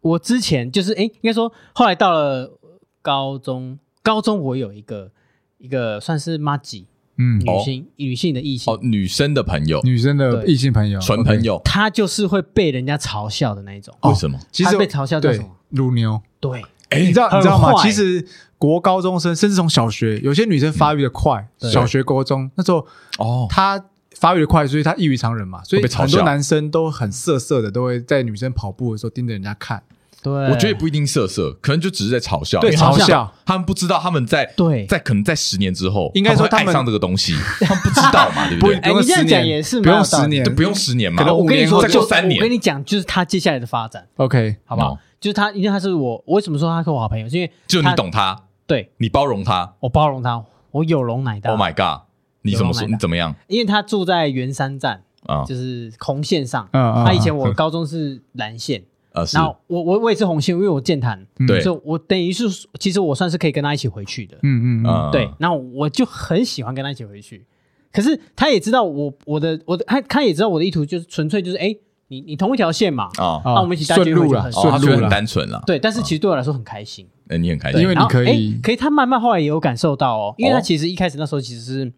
我之前就是，诶，应该说后来到了高中，高中我有一个一个算是妈吉嗯，女性女性的异性哦，，女生的朋友，女生的对异性朋友，纯朋友，她就是会被人家嘲笑的那一种。为什么？其实他被嘲笑叫对什么乳牛，对，哎你知道你知道吗很？坏其实国高中生，甚至从小学，有些女生发育的快，对小学、国中那时候哦，她发育的快，所以她异于常人嘛，所以会被嘲笑很多男生都很色色的，都会在女生跑步的时候盯着人家看，对，我觉得也不一定色色，可能就只是在嘲笑，对因为他们嘲笑，他们不知道他们在对在可能在十年之后，应该说他他们会们爱上这个东西，他们不知道 嘛，对不不对？哎不用你这样十年讲也是不蛮有用道十理年这，不用十年嘛，可能我跟你说，再过就三年我跟你讲，就是他接下来的发展， OK，好不好？哦就是他，因为他是我，我为什么说他是我好朋友？是因为就你他，懂他，对你包容他我包容他，我有容乃大。 ，Oh my god，你怎么有说？我买的你怎么样因为他住在圆山站，啊？就是红线上。嗯嗯他以前嗯我高中是蓝线，呃，是然后我我我也是红线，因为我健谈，嗯对所以我等于是其实我算是可以跟他一起回去的。嗯嗯嗯，啊，对，那我就很喜欢跟他一起回去。可是他也知道我我的我的他他也知道我的意图就是纯粹就是哎、你你同一条线嘛，啊，啊那我们一起搭顺捷运路回了，去很啊哦，他顺觉得路很了，单纯啦，对，但是其实对我来说很开心。呃，你很开心，因为你然后可以诶可以他慢慢后来也有感受到哦，因为他哦其实一开始那时候其实是嗯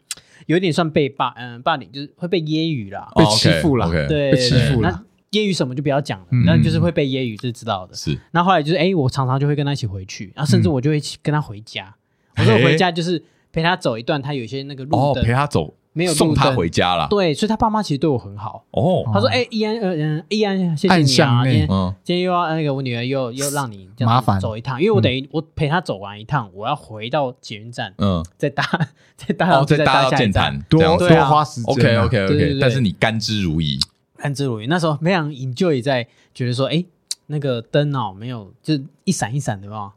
有点算被霸嗯霸凌，就是会被揶揄啦，被欺负啦了，OK，对，哦被欺对负那啦揶揄什么就不要讲了嗯，那就是会被揶揄，这是知道的。是那后来就是，哎、我常常就会跟他一起回去，然后嗯甚至我就会一起跟他回家。我说我回家就是陪他走一段，他有一些那个哦路，陪灯，他走，没有路送他灯回家啦。对，所以他爸妈其实对我很好。哦，他说，哎、依安，呃，嗯，依安，谢谢暗你巷啊，内今天嗯，今天又要那个我女儿又又让你这样子麻烦嗯走一趟，因为我等于、我陪她走完一趟，我要回到捷运站嗯，再搭 再搭哦，再搭搭到下一健站谈，多这样子对多啊花时间啊。 OK OK 对对 OK，对但是你甘之如饴，甘之如饴。那时候非常 enjoy 在觉得说，哎、那个灯哦、没有，就一闪一闪的嘛。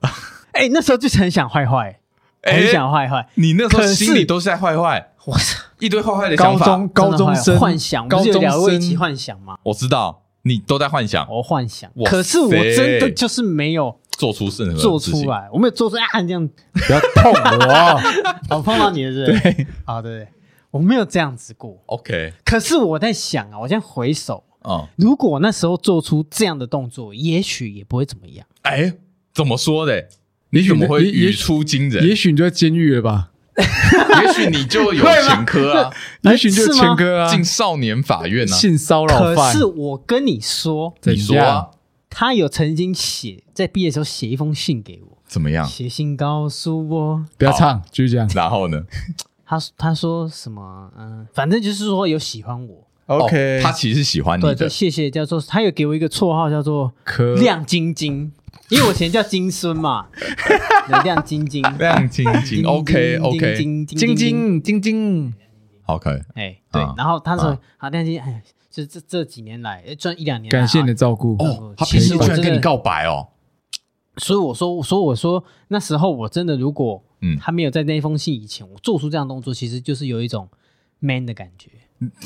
哎、那时候就是很想坏坏，哎很想坏坏。你那时候可是心里都是在坏坏，我操，一堆坏坏的想高法中，高中真的生坏幻想，不高是有聊过一中起生幻想吗？我知道你都在幻想我幻想哇，塞可是我真的就是没有做出任何做事情出，来，我没有做出啊这样，不要碰啊 我，我碰到你了是不是？对，好对对，我没有这样子过。 OK，可是我在想啊，我现在回首，嗯，如果我那时候做出这样的动作，也许也不会怎么样。哎，怎么说的？也你许怎么会也也语出惊人？也许你就在监狱了吧？ 也许你就有前科啊，哎也许你就是吗前科 啊，进少年法院啊，性骚扰可犯是。哦我跟你说，怎你样说啊，他有曾经写在毕业的时候写一封信给我，怎么样？写信告诉我，不要唱，继续讲。然后呢他他说什么，嗯、反正就是说有喜欢我，哦他其实是喜欢你对，就的，谢谢，叫做他有给我一个绰号叫做可亮晶晶，因为我以前叫金孙嘛，对亮晶晶，亮晶晶，OK OK 晶晶晶晶晶晶晶， OK，哎，对啊，然后他说啊好亮晶晶，哎，就这这几年来，哎这一两年来啊，感谢你的照顾。哦，他其平实时我居然真的跟你告白哦，所以我说，所以我说，那时候我真的如果，嗯他没有在那封信以前，我做出这样的动作，其实就是有一种 man 的感觉，等一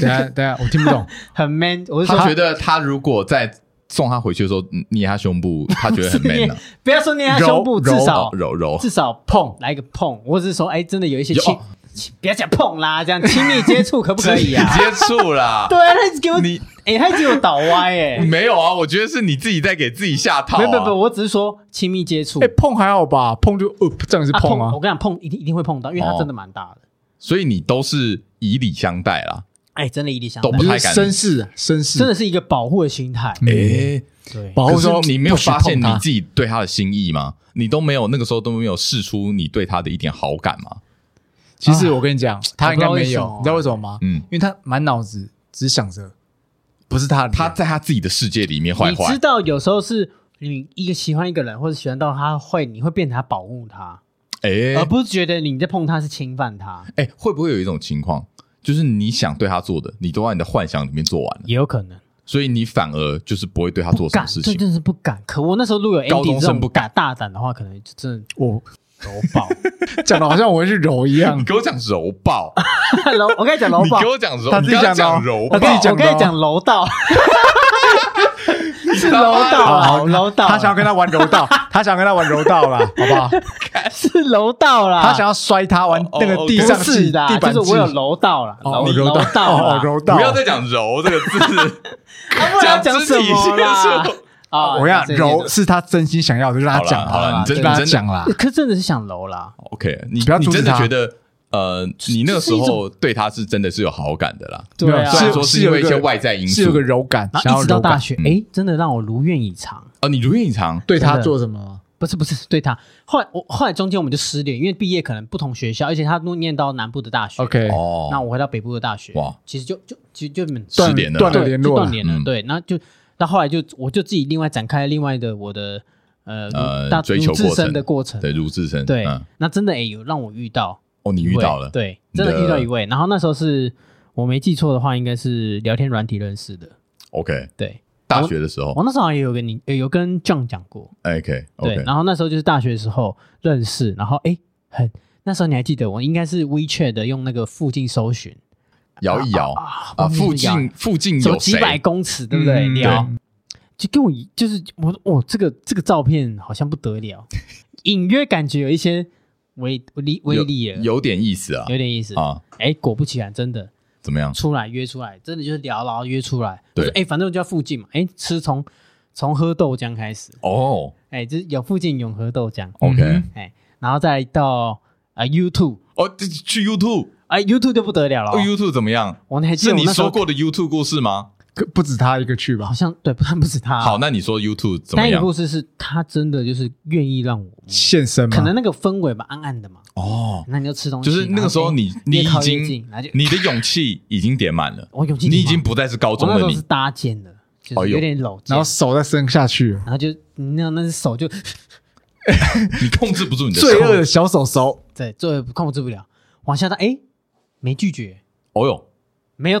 下等一下，我听不懂。很 man。我是说，他觉得他如果在送他回去的时候嗯捏他胸部，他觉得很 man 啊， 不要说捏他胸部，揉至少揉揉至少碰来一个碰，或者是说，哎，真的有一些亲啊有，亲不要讲碰啦，这样亲密接触可不可以 啊？接触啦对，啊，他一直给我，你哎，他一直给我倒歪，哎，没有啊？我觉得是你自己在给自己下套啊。没没没，我只是说亲密接触 哎，，碰还好吧？碰就呃，这样是啊碰啊我。跟你讲，碰一定一定会碰到，因为他哦真的蛮大的，所以你都是以礼相待啦。哎，真的一力相懂待就，不是绅士啊，绅士，真的是一个保护的心态，嗯，诶，对。保护可是说你没有不许发现碰你他自己对他的心意吗？你都没有那个时候都没有试出你对他的一点好感吗？其实我跟你讲，他应该我不没知道有你为什么，啊知道为什么吗？嗯因，为他满脑子只想着不是他的脸，他在他自己的世界里面坏你知坏，道有时候是你一个喜欢一个人，或者喜欢到他会，你会变成他保护他，诶呃而不是觉得你在碰他是侵犯他，诶，哎会不会有一种情况，就是你想对他做的，你都在你的幻想里面做完了，也有可能所以你反而就是不会对他不做什敢，么事这情？真是不敢。可我那时候如果有高 Andy 中这生种不敢大胆的话，可能就真的我搂爆。哦讲的好像我会去揉一样 你，给我讲揉爆，搂，我跟你讲搂你爆给，我讲揉，他你自己刚刚讲的哦讲揉我爆他跟自你己讲的哦我跟你讲楼道，是楼道好啊，好楼道啊，他想要跟他玩柔 道，他想要跟他玩柔道啦，好不好？是楼道啦，他想要摔他玩哦那个哦地不上是技、的，地板技就是我有楼道啦，哦楼柔楼道道哦啦，柔道，啊不要再讲揉这个字。啊不然要讲什么肢啦体接触？啊哦我跟你讲，这些都柔是他真心想要的，就让他讲好啦好啦你真就让他真的讲啦。可真的是想揉啦， OK，你不要你阻止真的他觉得呃，你那个时就是一候对他是真的是有好感的啦。没有对啊。虽然是说是因有为一个些外在因素是有个柔感，然想后要一直到柔感大学，嗯哎，真的让我如愿以偿。哦，你如愿以偿，对他真的做什么吗？不是不是，对他，后来我后来中间我们就失联，因为毕业可能不同学校，而且他都念到南部的大学 OK，哦，那我回到北部的大学，哇哇，其实就就其实就没断断联了断对了联就络断了，联了嗯，对，那就那后来就我就自己另外展开另外的我的呃呃大追求自过身程的过程，对如自身对嗯，那真的哎有让我遇到哦，你一遇位到了，对，你真的的遇到一位，然后那时候是我没记错的话，应该是聊天软体认识的， ，OK，对，大学的时候我哦那时候好像也有跟你也有跟 John 讲过， ，OK 对， OK，然后那时候就是大学的时候认识，然后哎，很那时候你还记得我应该是 WeChat 的用那个附近搜寻摇一摇啊啊，附摇一近摇附近走有几百谁？公尺，对不对？嗯聊就跟我一就是我我这个这个照片好像不得了，隐约感觉有一些威威威有力了，有点意思啊有点意思。啊，哎、果不其然，真的怎么样？出来约出来，真的就是聊然后约出来。对哎、诶反正我就在附近嘛，哎、吃从从喝豆浆开始，哦哎、就是有附近永和豆浆， ，OK，嗯哎、然后再到呃 YouTube，哦，这去 YouTube，哎、YouTube 就不得了了、哦，YouTube 怎么样？我还是记得我你那时候说过的 YouTube 故事吗？可不止他一个去好吧？像对，不但不是他，好，那你说 YouTube 怎么啊但一样？故事是他真的就是愿意让我，现身吗？可能那个氛围吧，暗暗的嘛，哦，那你就吃东西，就是那个时候然后哎你你越已靠越经近然后就你的勇气已经点满 了，我勇气你挺已经好不再是高我中那时的候是你，搭肩的，就哎是呦有点搂肩，然后手再伸下去，然后就那那只手就你控制不住你的罪恶手。的小手手，对，这控制不了，往下到哎，没拒绝，哦哟，没有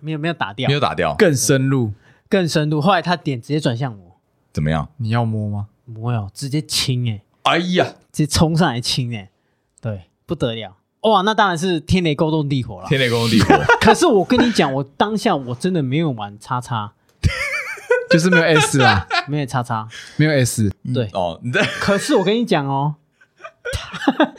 没有没有打掉没，有打掉，更深入。更深入。后来他点直接转向我，怎么样？你要摸吗？没哦有直接亲哎、哎呀，直接冲上来亲哎、对，不得了哇！那当然是天雷勾动地火了。啊天雷公帝 国，可是我跟你讲，我当下我真的没有玩 叉叉，就是没有 S 啦，没有叉叉。没有 S。对，哦，你在可是我跟你讲哦，他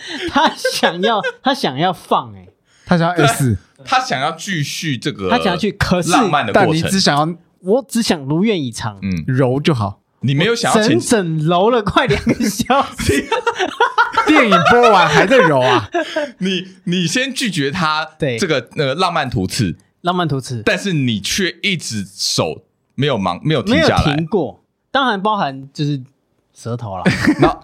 他想要他想要放哎、他想要 S，他想要继续这个，他想要去，可是浪漫的但过你程只，想要我只想如愿以偿。嗯，揉就好。你没有想要整请，整揉了快两个小 时，电影播完还在揉啊？你你先拒绝他，对这个那个浪漫图次，浪漫图纸但是你却一直手没有忙，没有停没有下来停，过，当然包含就是舌 头啦。然后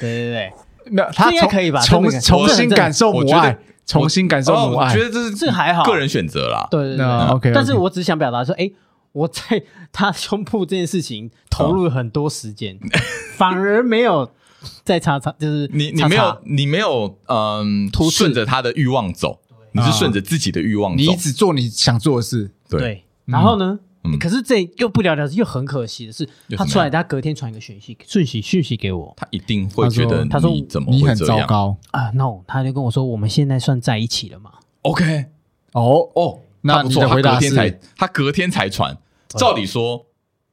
对对对，没有，他这应该从可以吧重这个重这新个感受母我觉爱得，重新感受哦母我爱觉。得嗯这是这还好个人选择啦。对对对那 OK，但是我只想表达说，哎，我在他胸部这件事情投入了很多 时间，反而没有在擦擦，就是你你擦擦没有你没有嗯，图次顺着他的欲望走，你是啊顺着自己的欲望你走，只做你想做的事，对，对。然后呢嗯？可是这又不了了之，又很可惜的是，又他怎么出来，样他隔天传一个讯息，讯息讯息给我他一定会觉得他说你怎么你会很这糟样糕啊，no，他就跟我说，我们现在算在一起了嘛？ ？OK，哦。哦，那他不错你的回答他隔天是才他隔天才传，照理说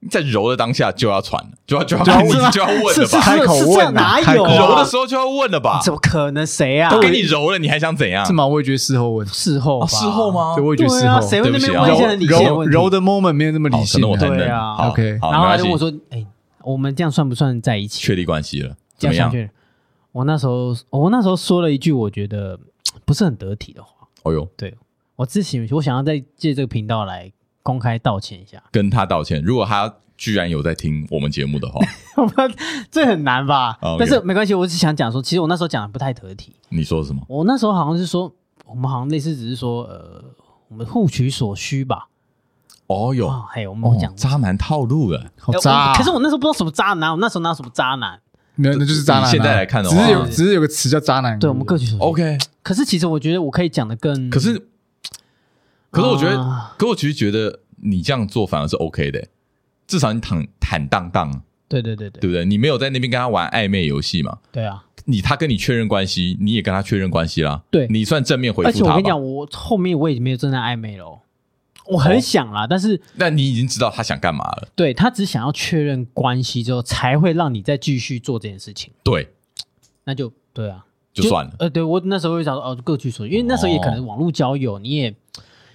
在揉的当下就要传了，就要就要就要问问就要问是了是吧？开口是这问啊哪开有口啊揉的时候就要问了吧？怎么可能？谁啊？都给你揉了，你还想怎样？是吗？我也觉得事后问，事后吧哦事后？吗？对，我也觉对得事啊，后谁会那边问一些很理性的揉问题？揉的 moment 没有那么理哦好，可性能我太的。嫩对啊了。好 OK 好，然后没关他就系问我说：“哎、我们这样算不算在一起确立关系了，？”这怎么样样算？去。我那时候，哦我那时候说了一句我觉得不是很得体的话。哦呦，对我自己，我想要再借这个频道来公开道歉一下。 跟他道歉。如果他居然有在听我们节目的话，我不知道这很难吧哦，OK 但是没关系，我只想讲说，其实我那时候讲的不太得体。你说什么？我那时候好像是说，我们好像类似只是说，呃，我们互取所需吧。哦呦，哦，嘿，我们哦有讲，过渣男套路了。好哎渣啊我！可是我那时候不知道什么渣男，我那时候哪有什么渣男？没有，那就是渣男啊。你现在来看的话只是有只是有个词叫渣男。对，我们各取所嗯需。OK，可是其实我觉得我可以讲的更，可是，可是我觉得，啊可我其实觉得你这样做反而是 OK 的，至少你坦坦荡荡，对对对对对不对？你没有在那边跟他玩暧昧游戏嘛？对啊！你他跟你确认关系，你也跟他确认关系啦，对你算正面回而且复我他跟你吧？讲，我后面我也没有真的暧昧了哦，我很想啦，但是那你已经知道他想干嘛了，对他只想要确认关系之后，才会让你再继续做这件事情，对，那就对啊，就算了。哦呃，对我那时候会想说，哦，各取所需，因为那时候也可能网络交友，你也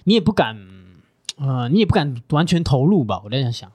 你也不敢，呃，你也不敢完全投入吧，我在想想，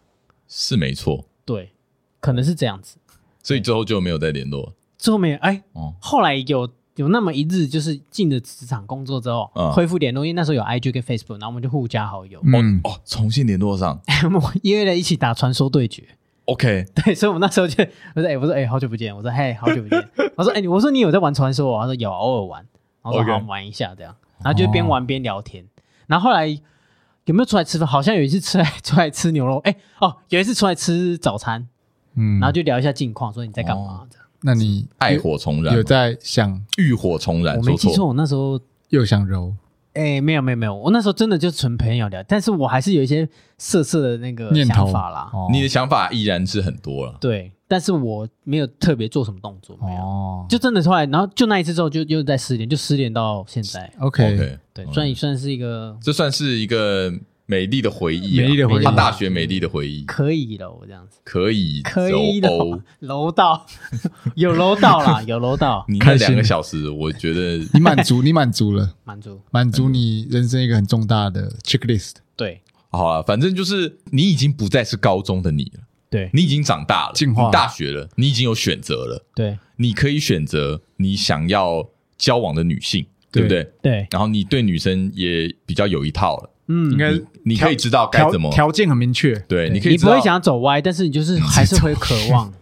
是没错，对，可能是这样子。所以之后就没有再联络了。最后面哎，哦，后来有有那么一日，就是进了职场工作之后，嗯恢复联络，因为那时候有 IG 跟 Facebook，然后我们就互加好友， 嗯，哦，重新联络上我们约了一起打传说对决。 ，OK，对，所以我们那时候就我说，哎、我说，哎、好久不见，我说，嘿，好久不 见。我说，哎、你我说你有在玩传说哦？他说有，偶尔玩。然后我 OK 说好玩一下这样，然后就哦边玩边聊天。然后后来有没有出来吃饭？好像有一次出来 出来吃牛肉，哎、哦，有一次出来吃早餐，嗯哦然后就聊一下近况，说你在干嘛这样。那你爱火重燃有，在想浴火重燃，我说哎没记错，错，我那时候又想揉，哎、没有没有没有，我那时候真的就纯朋友聊，但是我还是有一些色色的那个念头想法啦。哦你的想法依然是很多了。对，但是我没有特别做什么动作，没有，哦，就真的后来，然后就那一次之后就又在失联，就失联到现在。 OK， OK，对，算也算是一个这算是一个美丽的回忆啊，美丽的回忆他大学美丽的回忆，可以了，我这样子可以可以的走欧。楼道 有楼道 啦，有楼道你那开心两个小时，我觉 得你满足，你满足了，满足。满足你人生一个很重大的 checklist。对好了，反正就是你已经不再是高中的你了，对你已经长大了，进化了你大学了，你已经有选择了，对你可以选择你想要交往的女性，对对不对？对，然后你对女生也比较有一套了，应嗯，该你可以知道该条怎么，条件很明确。对，你可以你知不道会 想要走歪，但是你就是还是会渴望。哦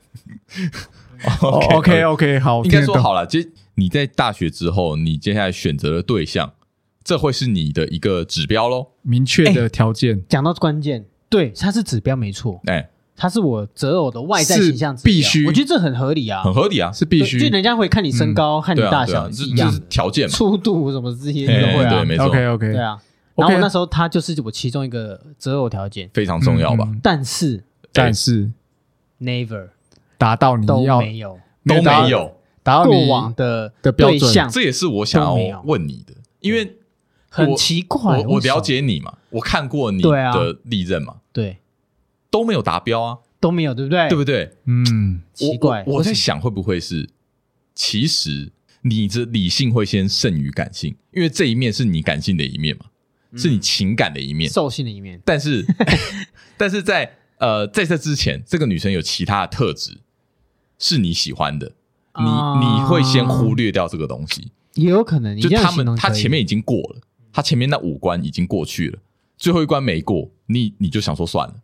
OK OK，好，应该听得说懂好了，接你在大学之后，你接下来选择的对象，这会是你的一个指标喽。明确的条件，讲到关键，对，它是指标没错，哎、它是我择偶的外在是形象指标必须我觉得这很合理啊，很合理啊，是必对就须。人家会看你身高、看你对啊，大对啊小这是一这样是的，条件嘛，粗度什么这些哎都会啊对，没错 OK OK，对啊。然后 OK 啊我那时候他就是我其中一个择偶条件，非常重要吧？嗯嗯但是但是 never 达到你都要没有都达没有，达到过你往的的标对准象这也是我想都没有要问你的，因为很奇怪。我我为什么了解你嘛，我看过你对啊的历任嘛，对都没有达标啊，都没有，对不对？对不对？嗯，奇怪，我我我为什在么想会不会是，其实你这理性会先胜于感性，因为这一面是你感性的一面嘛，嗯是你情感的一面，兽性的一面，但 是但是在呃在这之前，这个女生有其他的特质是你喜欢的，你、啊你会先忽略掉这个东西，也有可能。你就这样他形们容他可以前面已经过了，他前面那五关已经过去了，最后一关没过，你你就想说算了。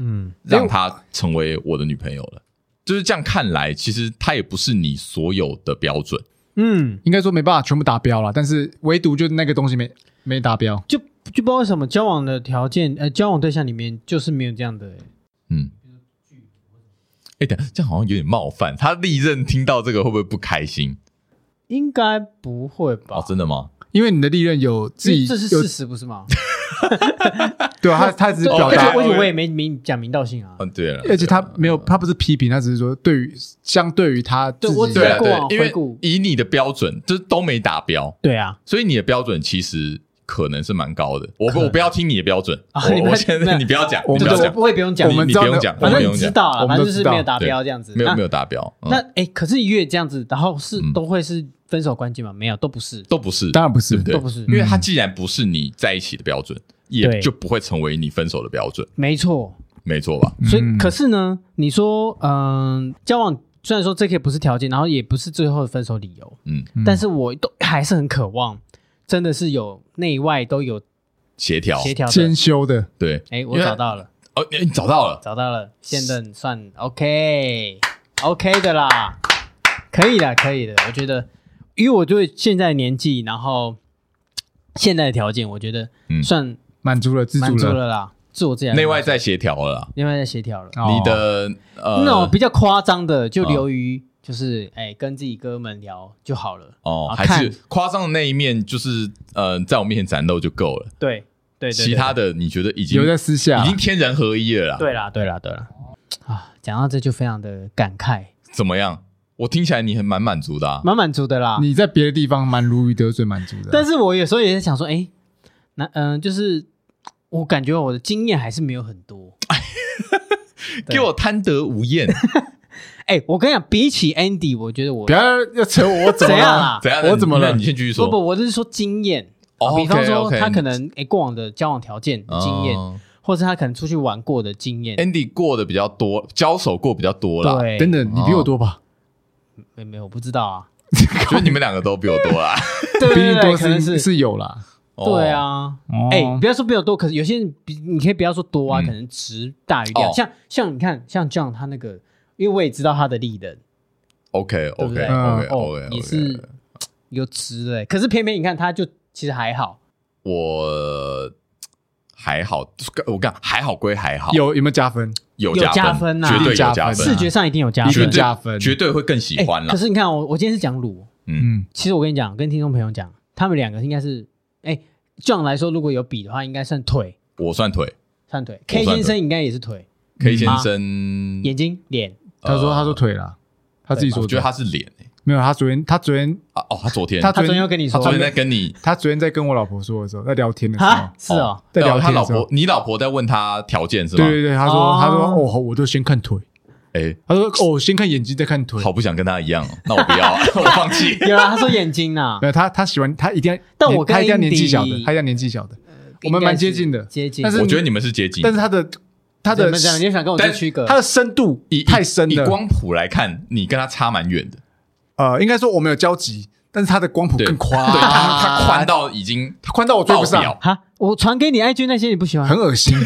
嗯让她成为我的女朋友了。就是这样看来，其实她也不是你所有的标准，嗯，应该说没办法全部达标了，但是唯独就那个东西没没达标。就就不知道为什么交往的条件，呃，交往对象里面就是没有这样的。嗯。哎、等一下这样好像有点冒犯。她历任听到这个会不会不开心？应该不会吧哦，？真的吗？因为你的利润有自己这是有事实，不是吗？对啊，他他只是对表而达且，我以为我也没明讲明道姓啊。嗯，对了，而且他没有他不是批评，他只是说对于相对于他自对我己只对是了过对往了，因为回顾以你的标准，就是都没达标，对啊，所以你的标准其实可能是蛮高的。我可不，能我不要听你的标准， 啊你不我要我现没在有你不要讲，我你们不要对都对，我讲，不会不用讲，我们你知道不用的讲，我反们不正用你讲知道我们了，反都正知道就是没有达标这样子。没有那没有达标，嗯那哎，可是越这样子，然后是嗯都会是分手关键吗？没有，都不是，都不是，当然不是嗯对嗯对都不是因为它既然不是你在一起的标准，也对就不会成为你分手的标准，没错。没错吧？所以，嗯可是呢，你说，嗯、交往虽然说这个也不是条件，然后也不是最后的分手理由，嗯，嗯但是我都还是很渴望，真的是有内外都有协调，协调的兼。修的对，哎，我因为找到了，哦，你你找到了，找到了，现任算 OK，OK、的啦，可以的，可以的，我觉得，因为我对现在的年纪，然后现在的条件，我觉得嗯算满足了自满足足了，了啦，自我自然内外在协调了啦，内外在协调了。哦你的啊那种呃，比较夸张的，就流于就是哎、跟自己哥们聊就好了。哦，啊还看是夸张的那一面，就是呃，在我面前展露就够了，对对对，其他的你觉得已经留在私下已经天人合一了啦，啊对啦对啦对啦啊，讲到这就非常的感慨，怎么样？我听起来你很蛮满足的啊，蛮满足的啦。你在别的地方蛮如鱼得水，满足的。但是我有时候也在想说，哎、那嗯、就是我感觉我的经验还是没有很多。对给我贪得无厌， 哎、我跟你讲，比起 Andy，我觉得我不要要扯我，我怎么怎样了啦？怎样？我怎么了那你先继续说不。不，我是说经验。哦比方说 OK，OK，他你可能哎、过往的交往条件、经验，哦或是他可能出去玩过的经哎验， Andy 过的比较多，交手过比较多啦。对，等等，你比我多吧？没没有，我不知道啊。我 觉得你们两个都比我多啊啦。哦对比你多可能是是，是有啦。对啊。哦哎、不要说比我多，可是有些人比你可以不要说多啊，嗯可能值大于量。哦像像你看，像 John 他那个，因为我也知道他的利人，哦，OK 对不 OK 对 OK 哦 OK，，也是有值的、可是偏偏你看，他就其实还好，我还好，我讲还好归还好，有有没有加分？有有加分，分啊绝对有加加分分视啊，觉上一定有加分，一绝定对加分绝对会更喜哎欢啦可。是你看，我我今天是讲卤，嗯，嗯，其实我跟你讲，跟听众朋友讲，他们两个应该是，哎、这样来说，如果有比的话，应该算腿，我算腿算腿。算 K 腿嗯先生应该也是腿， ，K 先吗生，眼睛、脸，他说呃他说腿啦，他自己说我觉得腿他是脸欸没有，他昨天他昨天啊哦，他昨天他他昨天又跟你他说昨天在跟你他昨天在跟我老婆说的时候，在聊天的时候哈，，是哦，在聊啊他天老的时婆候，，你老婆在问他条件是吗？对对对，他说哦他说哦，我都先看腿，哎，他说哦，先看眼睛再看腿。好不想跟他一样哦，那我不要，我放弃。 有啊，他说眼睛呐 没，有他他喜欢他一定要，但我跟他一定要年纪 Andy- 小的，他一定要年纪小的，我们蛮接近的应该是接近。但是我觉得你们是接近，但是他的他怎的么讲？你就想跟我做区隔？他的深度以以太深以了，光谱来看，你跟他差蛮远的。呃，应该说我们有交集，但是他的光谱对，更宽，对他他他宽到已经他宽到我追不爆上表，哈，我传给你 IG 那些你不喜欢很，恶心。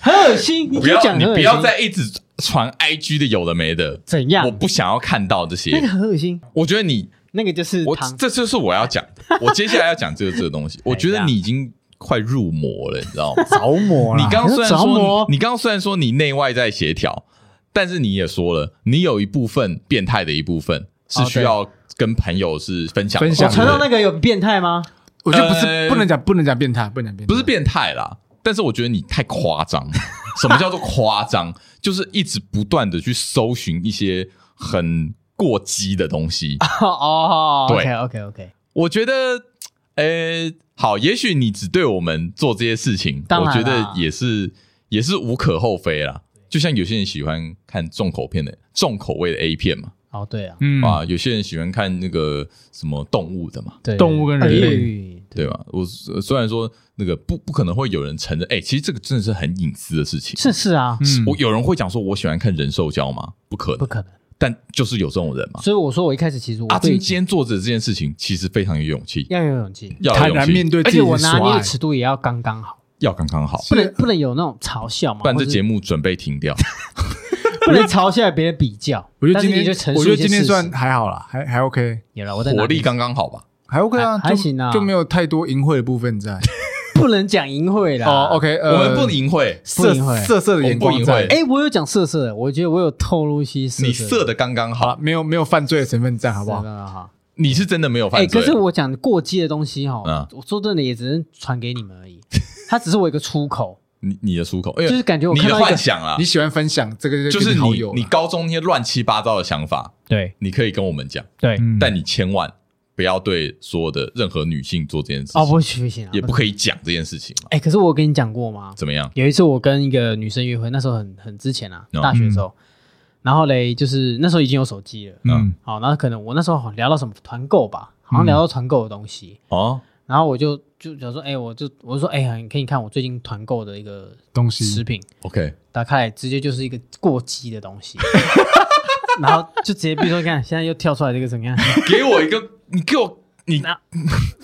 很恶心。你不就要讲你很恶不心要再一直传 IG 的有的没的，怎样我，不想要看到这那些。个很恶心，我觉得你那个就是我糖。这就是哎我要讲的，我接下来要讲这个这个 东西，我觉得你已经快入魔了，你知 道吗？着魔你啦，刚刚虽然着说魔你刚刚虽然说你内外在协调，但是你也说了，你有一部分变态的一部分是哦需要跟朋友是分享的分嘛，享我传到对那个有变态吗？我觉得不是呃不能讲不能讲变态，不能讲变态，不是变态啦，但是我觉得你太夸 张。什么叫做夸张？就是一直不断的去搜寻一些很过激的东西。哦哦对，OK OK OK，我觉得，呃，好，也许你只对我们做这些事情，当我然啦觉得也是也是无可厚非啦。就像有些人喜欢看重口片的重口味的 A 片嘛，哦对啊，嗯啊，有些人喜欢看那个什么动物的嘛，对，哎动物跟人类类，对吧？我呃虽然说那个不不可能会有人承认，哎、其实这个真的是很隐私的事情。是是啊，嗯我有人会讲说我喜欢看人兽交吗？不可不能，可能。但就是有这种人嘛。所以我说我一开始其实我阿对金今天啊做着这件事情，其实非常有勇气，要有勇气，要有坦勇然气面对而自己且我的拿所捏的爱，尺度也要刚刚好，要刚刚好，不能不能有那种嘲笑嘛，不然这或者节目准备停 掉。不能嘲笑别人比较。我觉得今但是你天就陈述我觉得一些今天事实算还好啦，还还 OK，有了，我在哪活里力刚刚好吧？还 OK 啊，还就还行啊就没有太多淫秽的部分在。不能讲淫秽啦。哦，OK，呃，啊我们不淫秽，色不淫秽色色的眼我们光不淫在秽，哎，我有讲色色的，我觉得我有透露一些色色。你色的刚刚好好，没有没有犯罪的成分在，好好不好？好？你是真的没有哎，犯罪。可是我讲过激的东西哈嗯，我说真的也只能传给你们而已， 它只是我一个出 口，你你的出口，哎就呦是感觉我你看的到一幻个想啊你，喜欢分享这个就是跟好你啊友啦，啊你高中那些乱七八糟的想法，对你可以跟我们讲，对嗯但你千万不要对所有的任何女性做这件事哦，情，不行不行啊，也不行可以讲这件事情嘛。哎，可是我有跟你讲过吗？怎么样？有一次我跟一个女生约会，那时候很很之前啊，哦大学的时候，然后嘞，就是那时候已经有手机了，嗯好，然后可能我那时候好像聊到什么团购吧，好像聊到团购的东西，哦，然后我就就想说，哎、我就我就说，哎、呀，你可以看我最近团购的一个东 食西品， OK，打开来直接就是一个过激的东 西，然后就直接，比如说，你看现在又跳出来这个怎么样？给我一个， 你给我，你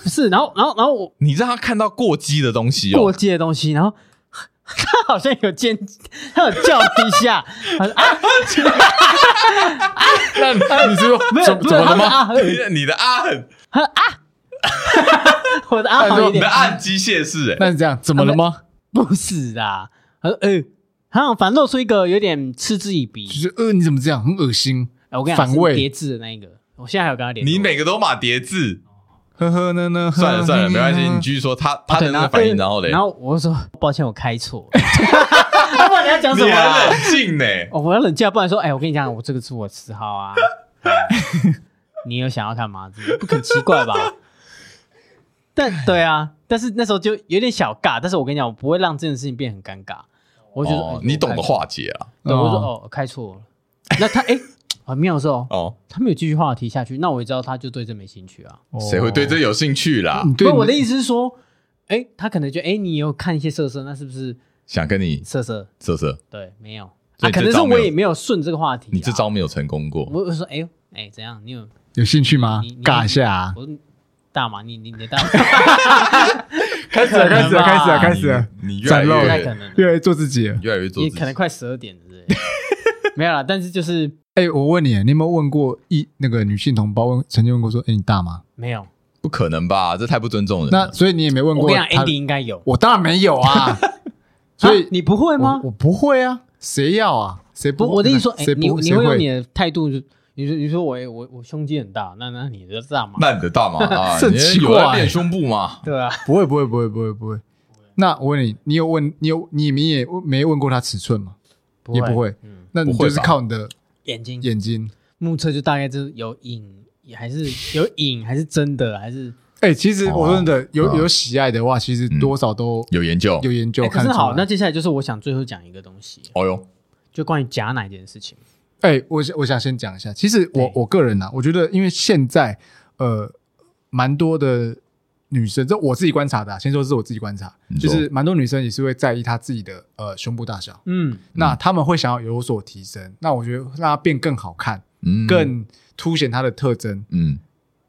不是，然后然后然后我你让他看到过激的东西过哦，激的东西，然后他好像有尖，他有叫了一下，他说啊，那你是说 没有怎不是怎么了他吗是啊？你的啊很，我的啊好一你点的，啊很机械式哎，那是这样，怎么了啊吗？不是啊，他说，哎、他好像反正露出一个有点嗤之以鼻就，是呃，你怎么这样，很恶心，哎我跟你讲，反是叠胃，字的那一个，我现在还有跟他联络，你每个都码叠字，呵呵呢呢，呵算了算了，没关系，呵呵你继续说他嗯啊他的对那个反应，然后嘞，然后我就说抱歉，我开错 了， 啊不然你要讲什你么很冷啊？静呢，哦我要冷静啊，不然说，哎，我跟你讲，我这个是我嗜好啊， 哎你有想要干嘛？这不很奇怪吧？但对啊，但是那时候就有点小尬，但是我跟你讲，我不会让这件事情变很尴尬，我觉得、哎哦，你懂得，化解啊，我开错了对，我说哦哦，开错了，那他哎，很妙的时候，哦，他没有继续话题下去，那我也知道他就对这没兴趣啊。哦谁会对这有兴趣啦？你不对是，我的你意思是说，哎，他可能觉得，哎，你有看一些色色，那是不是想跟你色色？瑟瑟，对，没有所以这啊，可能是招没我有也没有顺这个话题。啊你这，招没有成功过，我我说，哎呦，哎，怎样？你有有兴趣吗你？你尬一下啊，我说大麻，你你你的大麻，开始了，开始了，开始了，开始了，你你越来展露不对太越可能，越来越做自己了。越来越做也自己可能快十二点之类的。没有啦，但是就是哎，我问你，你有没有问过一那个女性同胞问，曾经问过说，哎，你大吗？没有。不可能吧？这太不尊重人那了。所以你也没问我过跟你讲她，Andy 应该有，我当然没有 啊，所以啊你不会我吗？我不会啊，谁要啊？谁不？我我的意思说，哎谁，你不？你谁会用你的态度，就你说你说我我我胸肌很大，那那你的大嘛？那你的大嘛 啊，这很你奇有在怪练胸部吗？对啊，不会不会不会不会不会。那我问你，你有问你有你们也没问过他尺寸吗？也不会嗯，那你不会就是吧靠你的眼睛眼睛。目测就大概就是有影，也还是有影，还是真的，还是哎、其实我哦说真的，有、嗯有喜爱的话，其实多少都有研究有，研究哎可看是得出来。好，那接下来就是我想最后讲一个东西，哦哟，就关于假奶这件事情。哎、我想我想先讲一下，其实我对我个人呢、啊，我觉得因为现在呃，蛮多的女生，这我自己观察的、啊，先说是我自己观察你，就说是蛮多女生也是会在意她自己的呃胸部大小，嗯，那她们会想要有所提升，那我觉得让它变更好看，嗯，更凸显她的特征。嗯，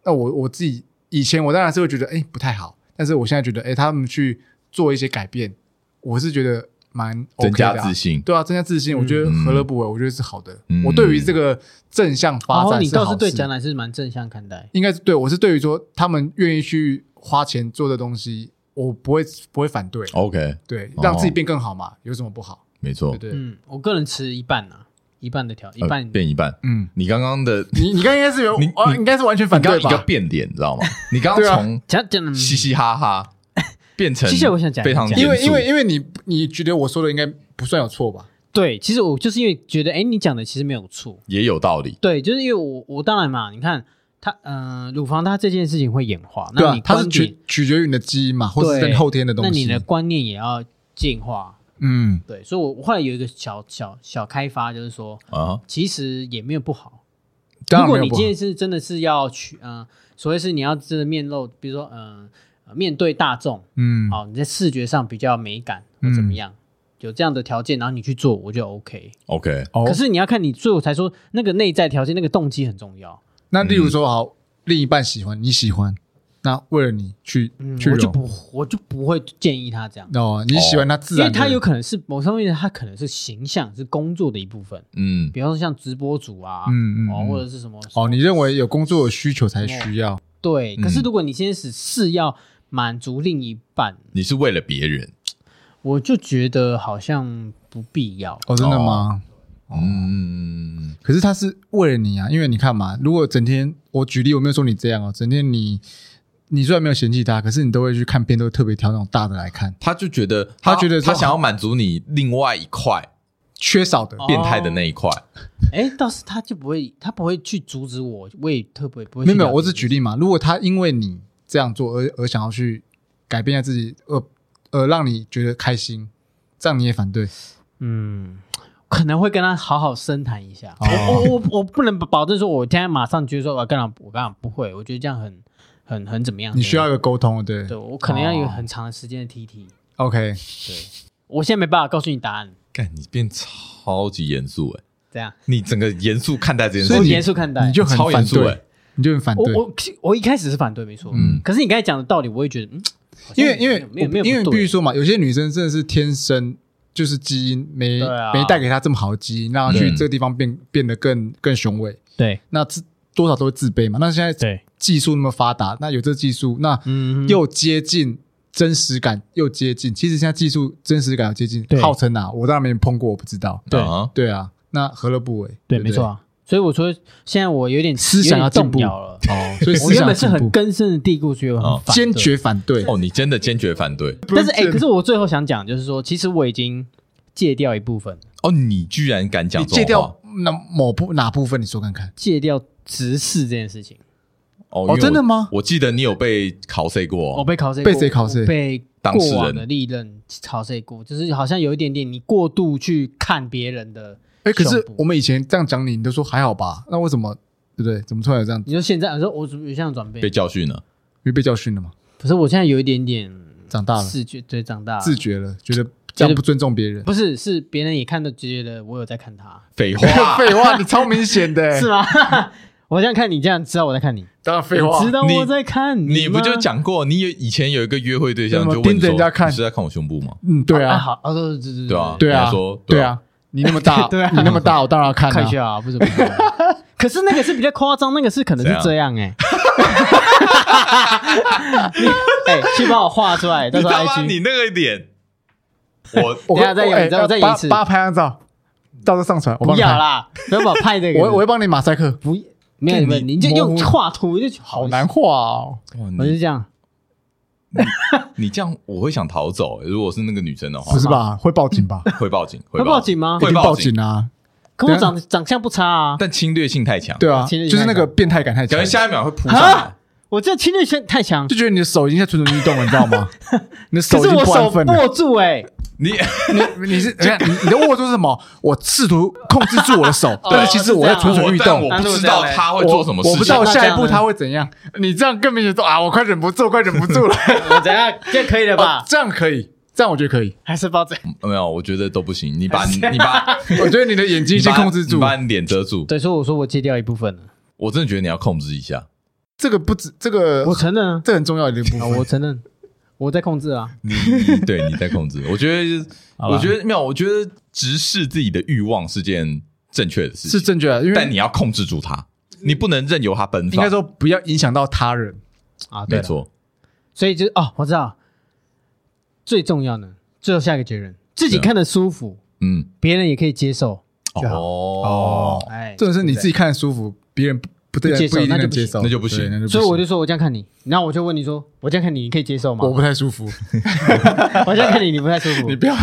那我我自己以前我当然是会觉得哎、不太好，但是我现在觉得哎、他们去做一些改变，我是觉得蛮 OK 增的啊、加自信，对啊，增加自信，我觉得嗯何乐不为？我觉得是好的嗯。我对于这个正向然发后展哦你是倒好是事，对假奶是蛮正向看待，应该是对我是对于说他们愿意去花钱做的东西，我不会不会反对， ，OK，对，哦让自己变更好嘛，有什么不好？没错对，对，嗯，我个人持一半啊，一半的条，一呃半变一半。嗯，你刚刚的，你你你刚刚应该是有你，哦，你应该是完全反刚对刚一个吧？变脸，你知道 吗？你刚啊对刚啊从假讲嗯嘻嘻哈 哈变成，其实我想讲一非常讲因为严肃因为因为你你觉得我说的应该不算有错吧？对，其实我就是因为觉得，哎，你讲的其实没有错，也有道理，对，就是因为我我当然嘛，你看它，嗯，乳房它这件事情会演化，对那啊你，它是观取点，取决于你的基因嘛，或者对是后天的东那西。你的观念也要进化，嗯，对，所以我我后来有一个小小小开发，就是说，啊，其实也没有不好。当如然果没有你不今好天是真的是要去，嗯、所谓是你要真的面露，比如说，嗯、呃面对大众，嗯，好、哦你在视觉上比较美感或怎么样，有这样的条件，然后你去做，我就 OK。 OK，哦可是你要看你，所以我才说那个内在条件，那个动机很重要。那嗯例如说，好，另一半喜欢你喜欢，那为了你去、嗯，去我就揉，不，我就不会建议他这样，哦，你喜欢他自因为然的，他有可能是某方面，他可能是形象是工作的一部分，嗯，比方说像直播主啊，嗯嗯哦嗯，或者哦是什么哦，你认为有工作有需求才需要，对。可是嗯如果你先是是要满足另一半，你是为了别人，我就觉得好像不必要。哦，真的吗？嗯，可是他是为了你啊，因为你看嘛，如果整天我举例，我没有说你这样哦，整天你你虽然没有嫌弃他，可是你都会去看片，都会特别挑那种大的来看，他就觉得他觉得他说想要满足你另外一块缺少的，哦变态的那一块，哎，倒是他就不会，他不会去阻止我，我也特别不会没有去了解这个。没有，我只举例嘛。如果他因为你这样做而而想要去改变一下自己，呃呃，让你觉得开心，这样你也反对？嗯，可能会跟他好好深谈一下。哦我我我我不能保证说，我现在马上觉得说，我跟他我跟他不会，我觉得这样很很很怎么样？你需要一怎么个沟通，对样对我可能要有哦很长的时间的 T T。 ，OK。对，我现在没办法告诉你答案，干你变超级严肃哎，这样你整个严肃看待这件事所以我你情严肃看待。你就很超严反肃对，哎，你就很反我对，我我一开始是反对，没错。嗯可是你刚才讲的道理，我也觉得，嗯，好像因为因没有为没有没有因为不必须对说嘛，有些女生真的是天生就是基因没、对啊没带给她这么好的基因，让她去嗯这个地方变变得更更雄伟，对那自多少都会自卑嘛。那现在对，技术那么发达，那有这技术，那嗯又接近。真实感又接近，其实现在技术真实感有接近对，号称啊，我当然没碰过，我不知道。对啊，对啊，那何乐不为？对，不没错。啊。所以我说，现在我有点思想要有点动进步摇了。哦，所以我思原想本是很进步根深的蒂固，觉得我很哦反对坚决反对。哦，你真的坚决反对但是哎、不可是我最后想讲，就是说，其实我已经戒掉一部分，哦，你居然敢讲你这戒种话掉那某部哪部分？你说看看。戒掉直视这件事情。哦，因哦，为真的我？吗？哦我记得你有被考 C 我过，被考试被谁考试被当事过人往的历任考试过，就是好像有一点点你过度去看别人的。哎，可是胸部我们以前这样讲你，你都说还好吧？那为什么对不对？怎么突然有这样？你说现在，我说我怎么有这样的转被变？教训 了，因为被教训了嘛，可是我现在有一点点长大了，视觉，对，长大了自觉了，啊觉得这样不尊重别人。不是是别人也看到，觉得我有在看他，废话， 废 话，你超明显的，是吗？ 我这样看你，这样知道我在看你，当然废你知道你我在看你不吗就？讲过，你有以前有一个约会对象就对吗问你盯着说人家看你是在看我胸部吗？嗯，对啊，啊，好，哦，对对对对啊，对啊你还说对啊，啊，你那么大， 对啊你那么大，我当然要看看啊一。下啊，不怎么样。 可是那个是比较夸张，那个是可能是这样 哎、欸。哎、去帮我画出来，到你时候他妈 IG 你那个脸，我我等一下再有哎你再我再演一次帮帮他拍张照，到时候上传，我帮你不要拍，啦，不要把我拍这个，我我会帮你马赛克，不没有你没有，你就模糊用画图就好难，画哦。哇，我就你这样，你这样我会想逃走、如果是那个女生的话不，是吧？会报警吧？会报警， 会报警吗？一会定报报警警啊！可我等下长长相不差啊，但侵略性太强，对啊，侵略就是那性个太变态感太强感觉，下一秒会扑上来啊。我这侵略性太强，就觉得你的手已经在蠢蠢欲动了，你知道 吗？你的手可已是经我不手安分了。握住哎，你你你是你你的握住是什么？我试图控制住我的 手，但是其实我哦在蠢蠢我欲哦但动。我不知道他会做什么事情，我我不知道下一步他会怎样。你这样更明显说啊，我快忍不住，快忍不住了。我怎样这样可以了吧哦？这样可以，这样我觉得可以。还是包子，没有，我觉得都不行。你 把你你把我觉得你的眼睛你先把控制住你，把你脸遮住。对，所以我说我戒掉一部分了，我真的觉得你要控制一下。这个不止这个我，承认啊，这很重要的一个部啊分。我承认，我在控制啊， 你你对你在控制，我觉得好吧我觉得没有，我觉得直视自己的欲望是件正确的事是情，正确的，因但为你要控制住它，你不能任由它奔放。应该说不要影响到他人。啊，对没了，错，所以就哦，我知道，最重要的，最后下一个结论，自己对啊看得舒服，嗯，别人也可以接受，就好哦，哎，这种是你自己己。看得舒服，别人不不对不接不受一定那就能不行接受，那就不行对那就不行。所以我就说我这样看你，然后我就问你说，我这样看你，你可以接受吗？我不太舒服， 我这样看你，你不太舒服你。不要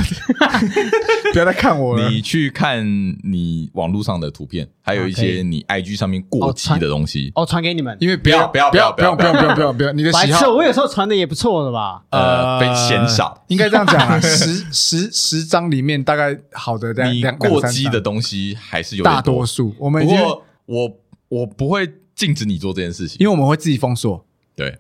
不要再看我了。你去看你网络上的图片，还有一啊些你 IG 上面过期的东西，哦，传给你们。因为不要要不要不要不不要要不不要要不要不要不要你的白喜痴，好我有时候传的也不错 的吧？呃，被嫌少。应该这样讲啊，十十十张里面大概好的两你两过激的两三张东西还是有点大多数，我们不已经过我我不会禁止你做这件事情因，为我们会自己封锁，对，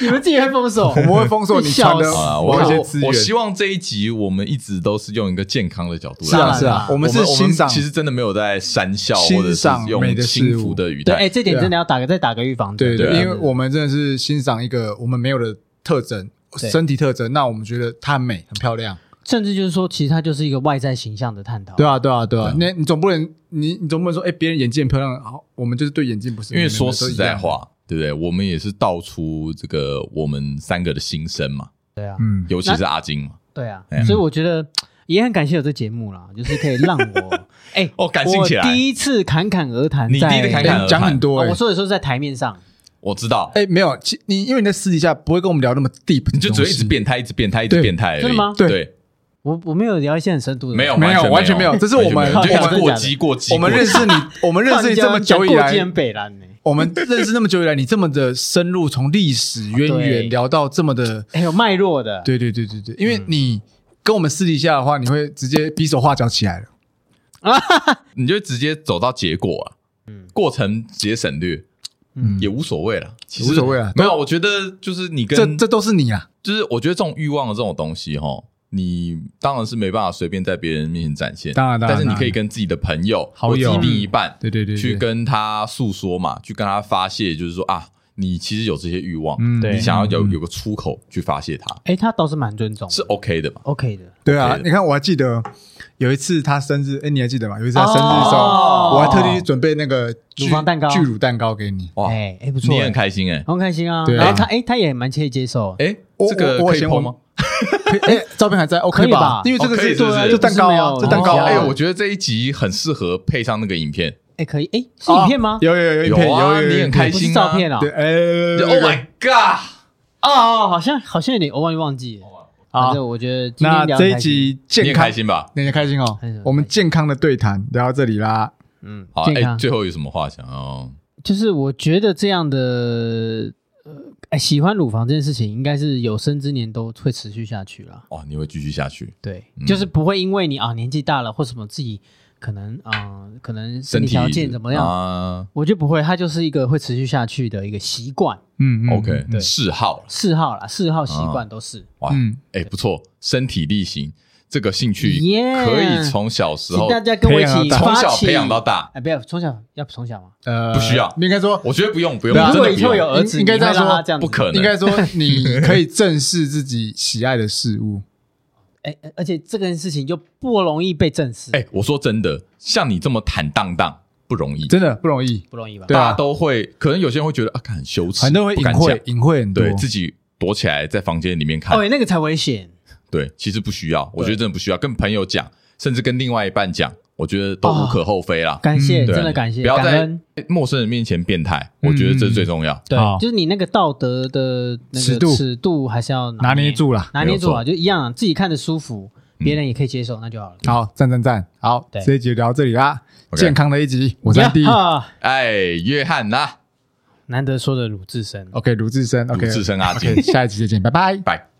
你们自己会封锁 我，们会封锁你传的笑死啊，某我一些资源我。希望这一集我们一直都是用一个健康的角度来是看，啊是啊，我我们是欣赏，其实真的没有在讪笑欣或者是赏美用的事物轻浮的语对，哎，态，这点真的要打个再打个预防针。啊对对啊因为我们真的是欣赏一个我们没有的特征，对身体特征，那我们觉得它很美很漂亮。甚至就是说，其实它就是一个外在形象的探讨。对啊对啊对对啊啊，那你总不能你你总不能说哎别人眼睛很漂亮，好我们就是对眼睛不是，因为你们说都实一在样，话，对不对？我们也是道出这个我们三个的心声嘛，对啊，嗯，尤其是阿金嘛。对啊哎呀，所以我觉得也很感谢有这节目啦，就是可以 让我哎，哦感性起来我第一次侃侃而谈在，你第一次侃侃而谈哎讲很多哦哎我说的时候是在台面上，我知道，哎没有，其你因为你在私底下不会跟我们聊那么 deep，你就只只会一直变态，一直变态，一直对变态而已，真的吗对对，我我没有聊一些很深度的，没有，没有有，完全没没有这是我们完全没有我就们过激过激。我们过认激 识你，我们认识你这么久以靠你这样讲过激来很，北蓝呢。我们认识那么久以来，你这么的深入，从历史渊哦对源聊到这么的，还哎有脉络的，对对对对对，因为你跟我们私底下的话，你会直接比手画脚起来了。你就直接走到结果啊，嗯过程直接省略，嗯也无所谓了，其实无所谓啊没有，我觉得就是你这跟这都是你啊，就是我觉得这种欲望的这种东西哈，你当然是没办法随便在别人面前展现，当然当然但是你可以跟自己的朋友、好友或自己另一半对对对，对去跟他诉说嘛，去跟他发泄，就是说啊，你其实有这些欲望，嗯对你想要有嗯有个出口去发泄它，哎，他倒是蛮尊重的，是 OK 的嘛？ OK 的。对啊 OK 的，你看我还记得有一次他生日，哎，你还记得吗？有一次他生日的时候，哦我还特地准备那个乳房蛋糕巨乳蛋糕给你。哇，哎哎不错，欸你也很开心哎我很开心啊。对啊然后他哎，他也蛮可以接受，哎，我这个我我可以嫌 PO 我吗？哎，照片还在可，OK 以吧因为这个哦可以是是不是这蛋糕啊，不这是没有蛋糕啊，哦哎、哎，我我觉得这一集很适合配上那个影片，哎可以，哎是影片吗？有有有影片，有啊，有有你很开不是心、啊，照片啊。对，就。哎 Oh my god！哦哦，好像好像有点，我忘记忘记了。反正我觉得今哦那天聊得这一开心，集你健很康开，心吧？你很开心哦开心很开心。我们健康的对谈聊到这里啦，嗯，好，哎、健康最后有什么话想要？就是我觉得这样的呃，哎喜欢乳房这件事情，应该是有生之年都会持续下去啦。哦，你会继续下去，对，嗯就是不会因为你啊年纪大了或什么自己可能啊、可能身体条件怎么样，啊我觉得不会，它就是一个会持续下去的一个习惯、嗯嗯？OK，嗯对嗜好嗜好啦，嗜好习惯都是。哇，哎、嗯不错，身体力行这个兴趣 Yeah 可以从小时请候大家跟我一培养起到从发小起，培养到大，哎，不要从小要从小嘛。呃不需要应该说我觉得不用不用，对啊如真果的不以后有用，儿子，应该你会这样让说他这样子不可能，应该说你可以正视自己喜爱的事物。哎，而且这件事情就不容易被证实，哎、我说真的，像你这么坦荡荡不容易， 真的不容易，不容易吧？对啊大家都会，可能有些人会觉得啊，看很羞耻，很多人不会敢隐讲晦，，隐晦很多。对自己躲起来在房间里面看哦，，那个才危险。对，其实不需要，我觉得真的不需要，跟朋友讲，甚至跟另外一半讲，我觉得都无可厚非啦。感谢，嗯对真的感谢，不要感在恩。嗯陌生人面前变态，我觉得这是最重要。对好，就是你那个道德的那个尺度尺度还是要拿捏捏，住了。拿捏住没有啊，就一样啊，自己看着舒服，嗯别人也可以接受，那就好了。好，赞赞赞！好，对这一集就聊到这里啦。 OK 健康的一集，我是 安迪。呀哎，约翰呐，难得说的鲁智深。 OK，卢志生鲁，OK，智深阿健 OK，下一集再见，拜拜。拜。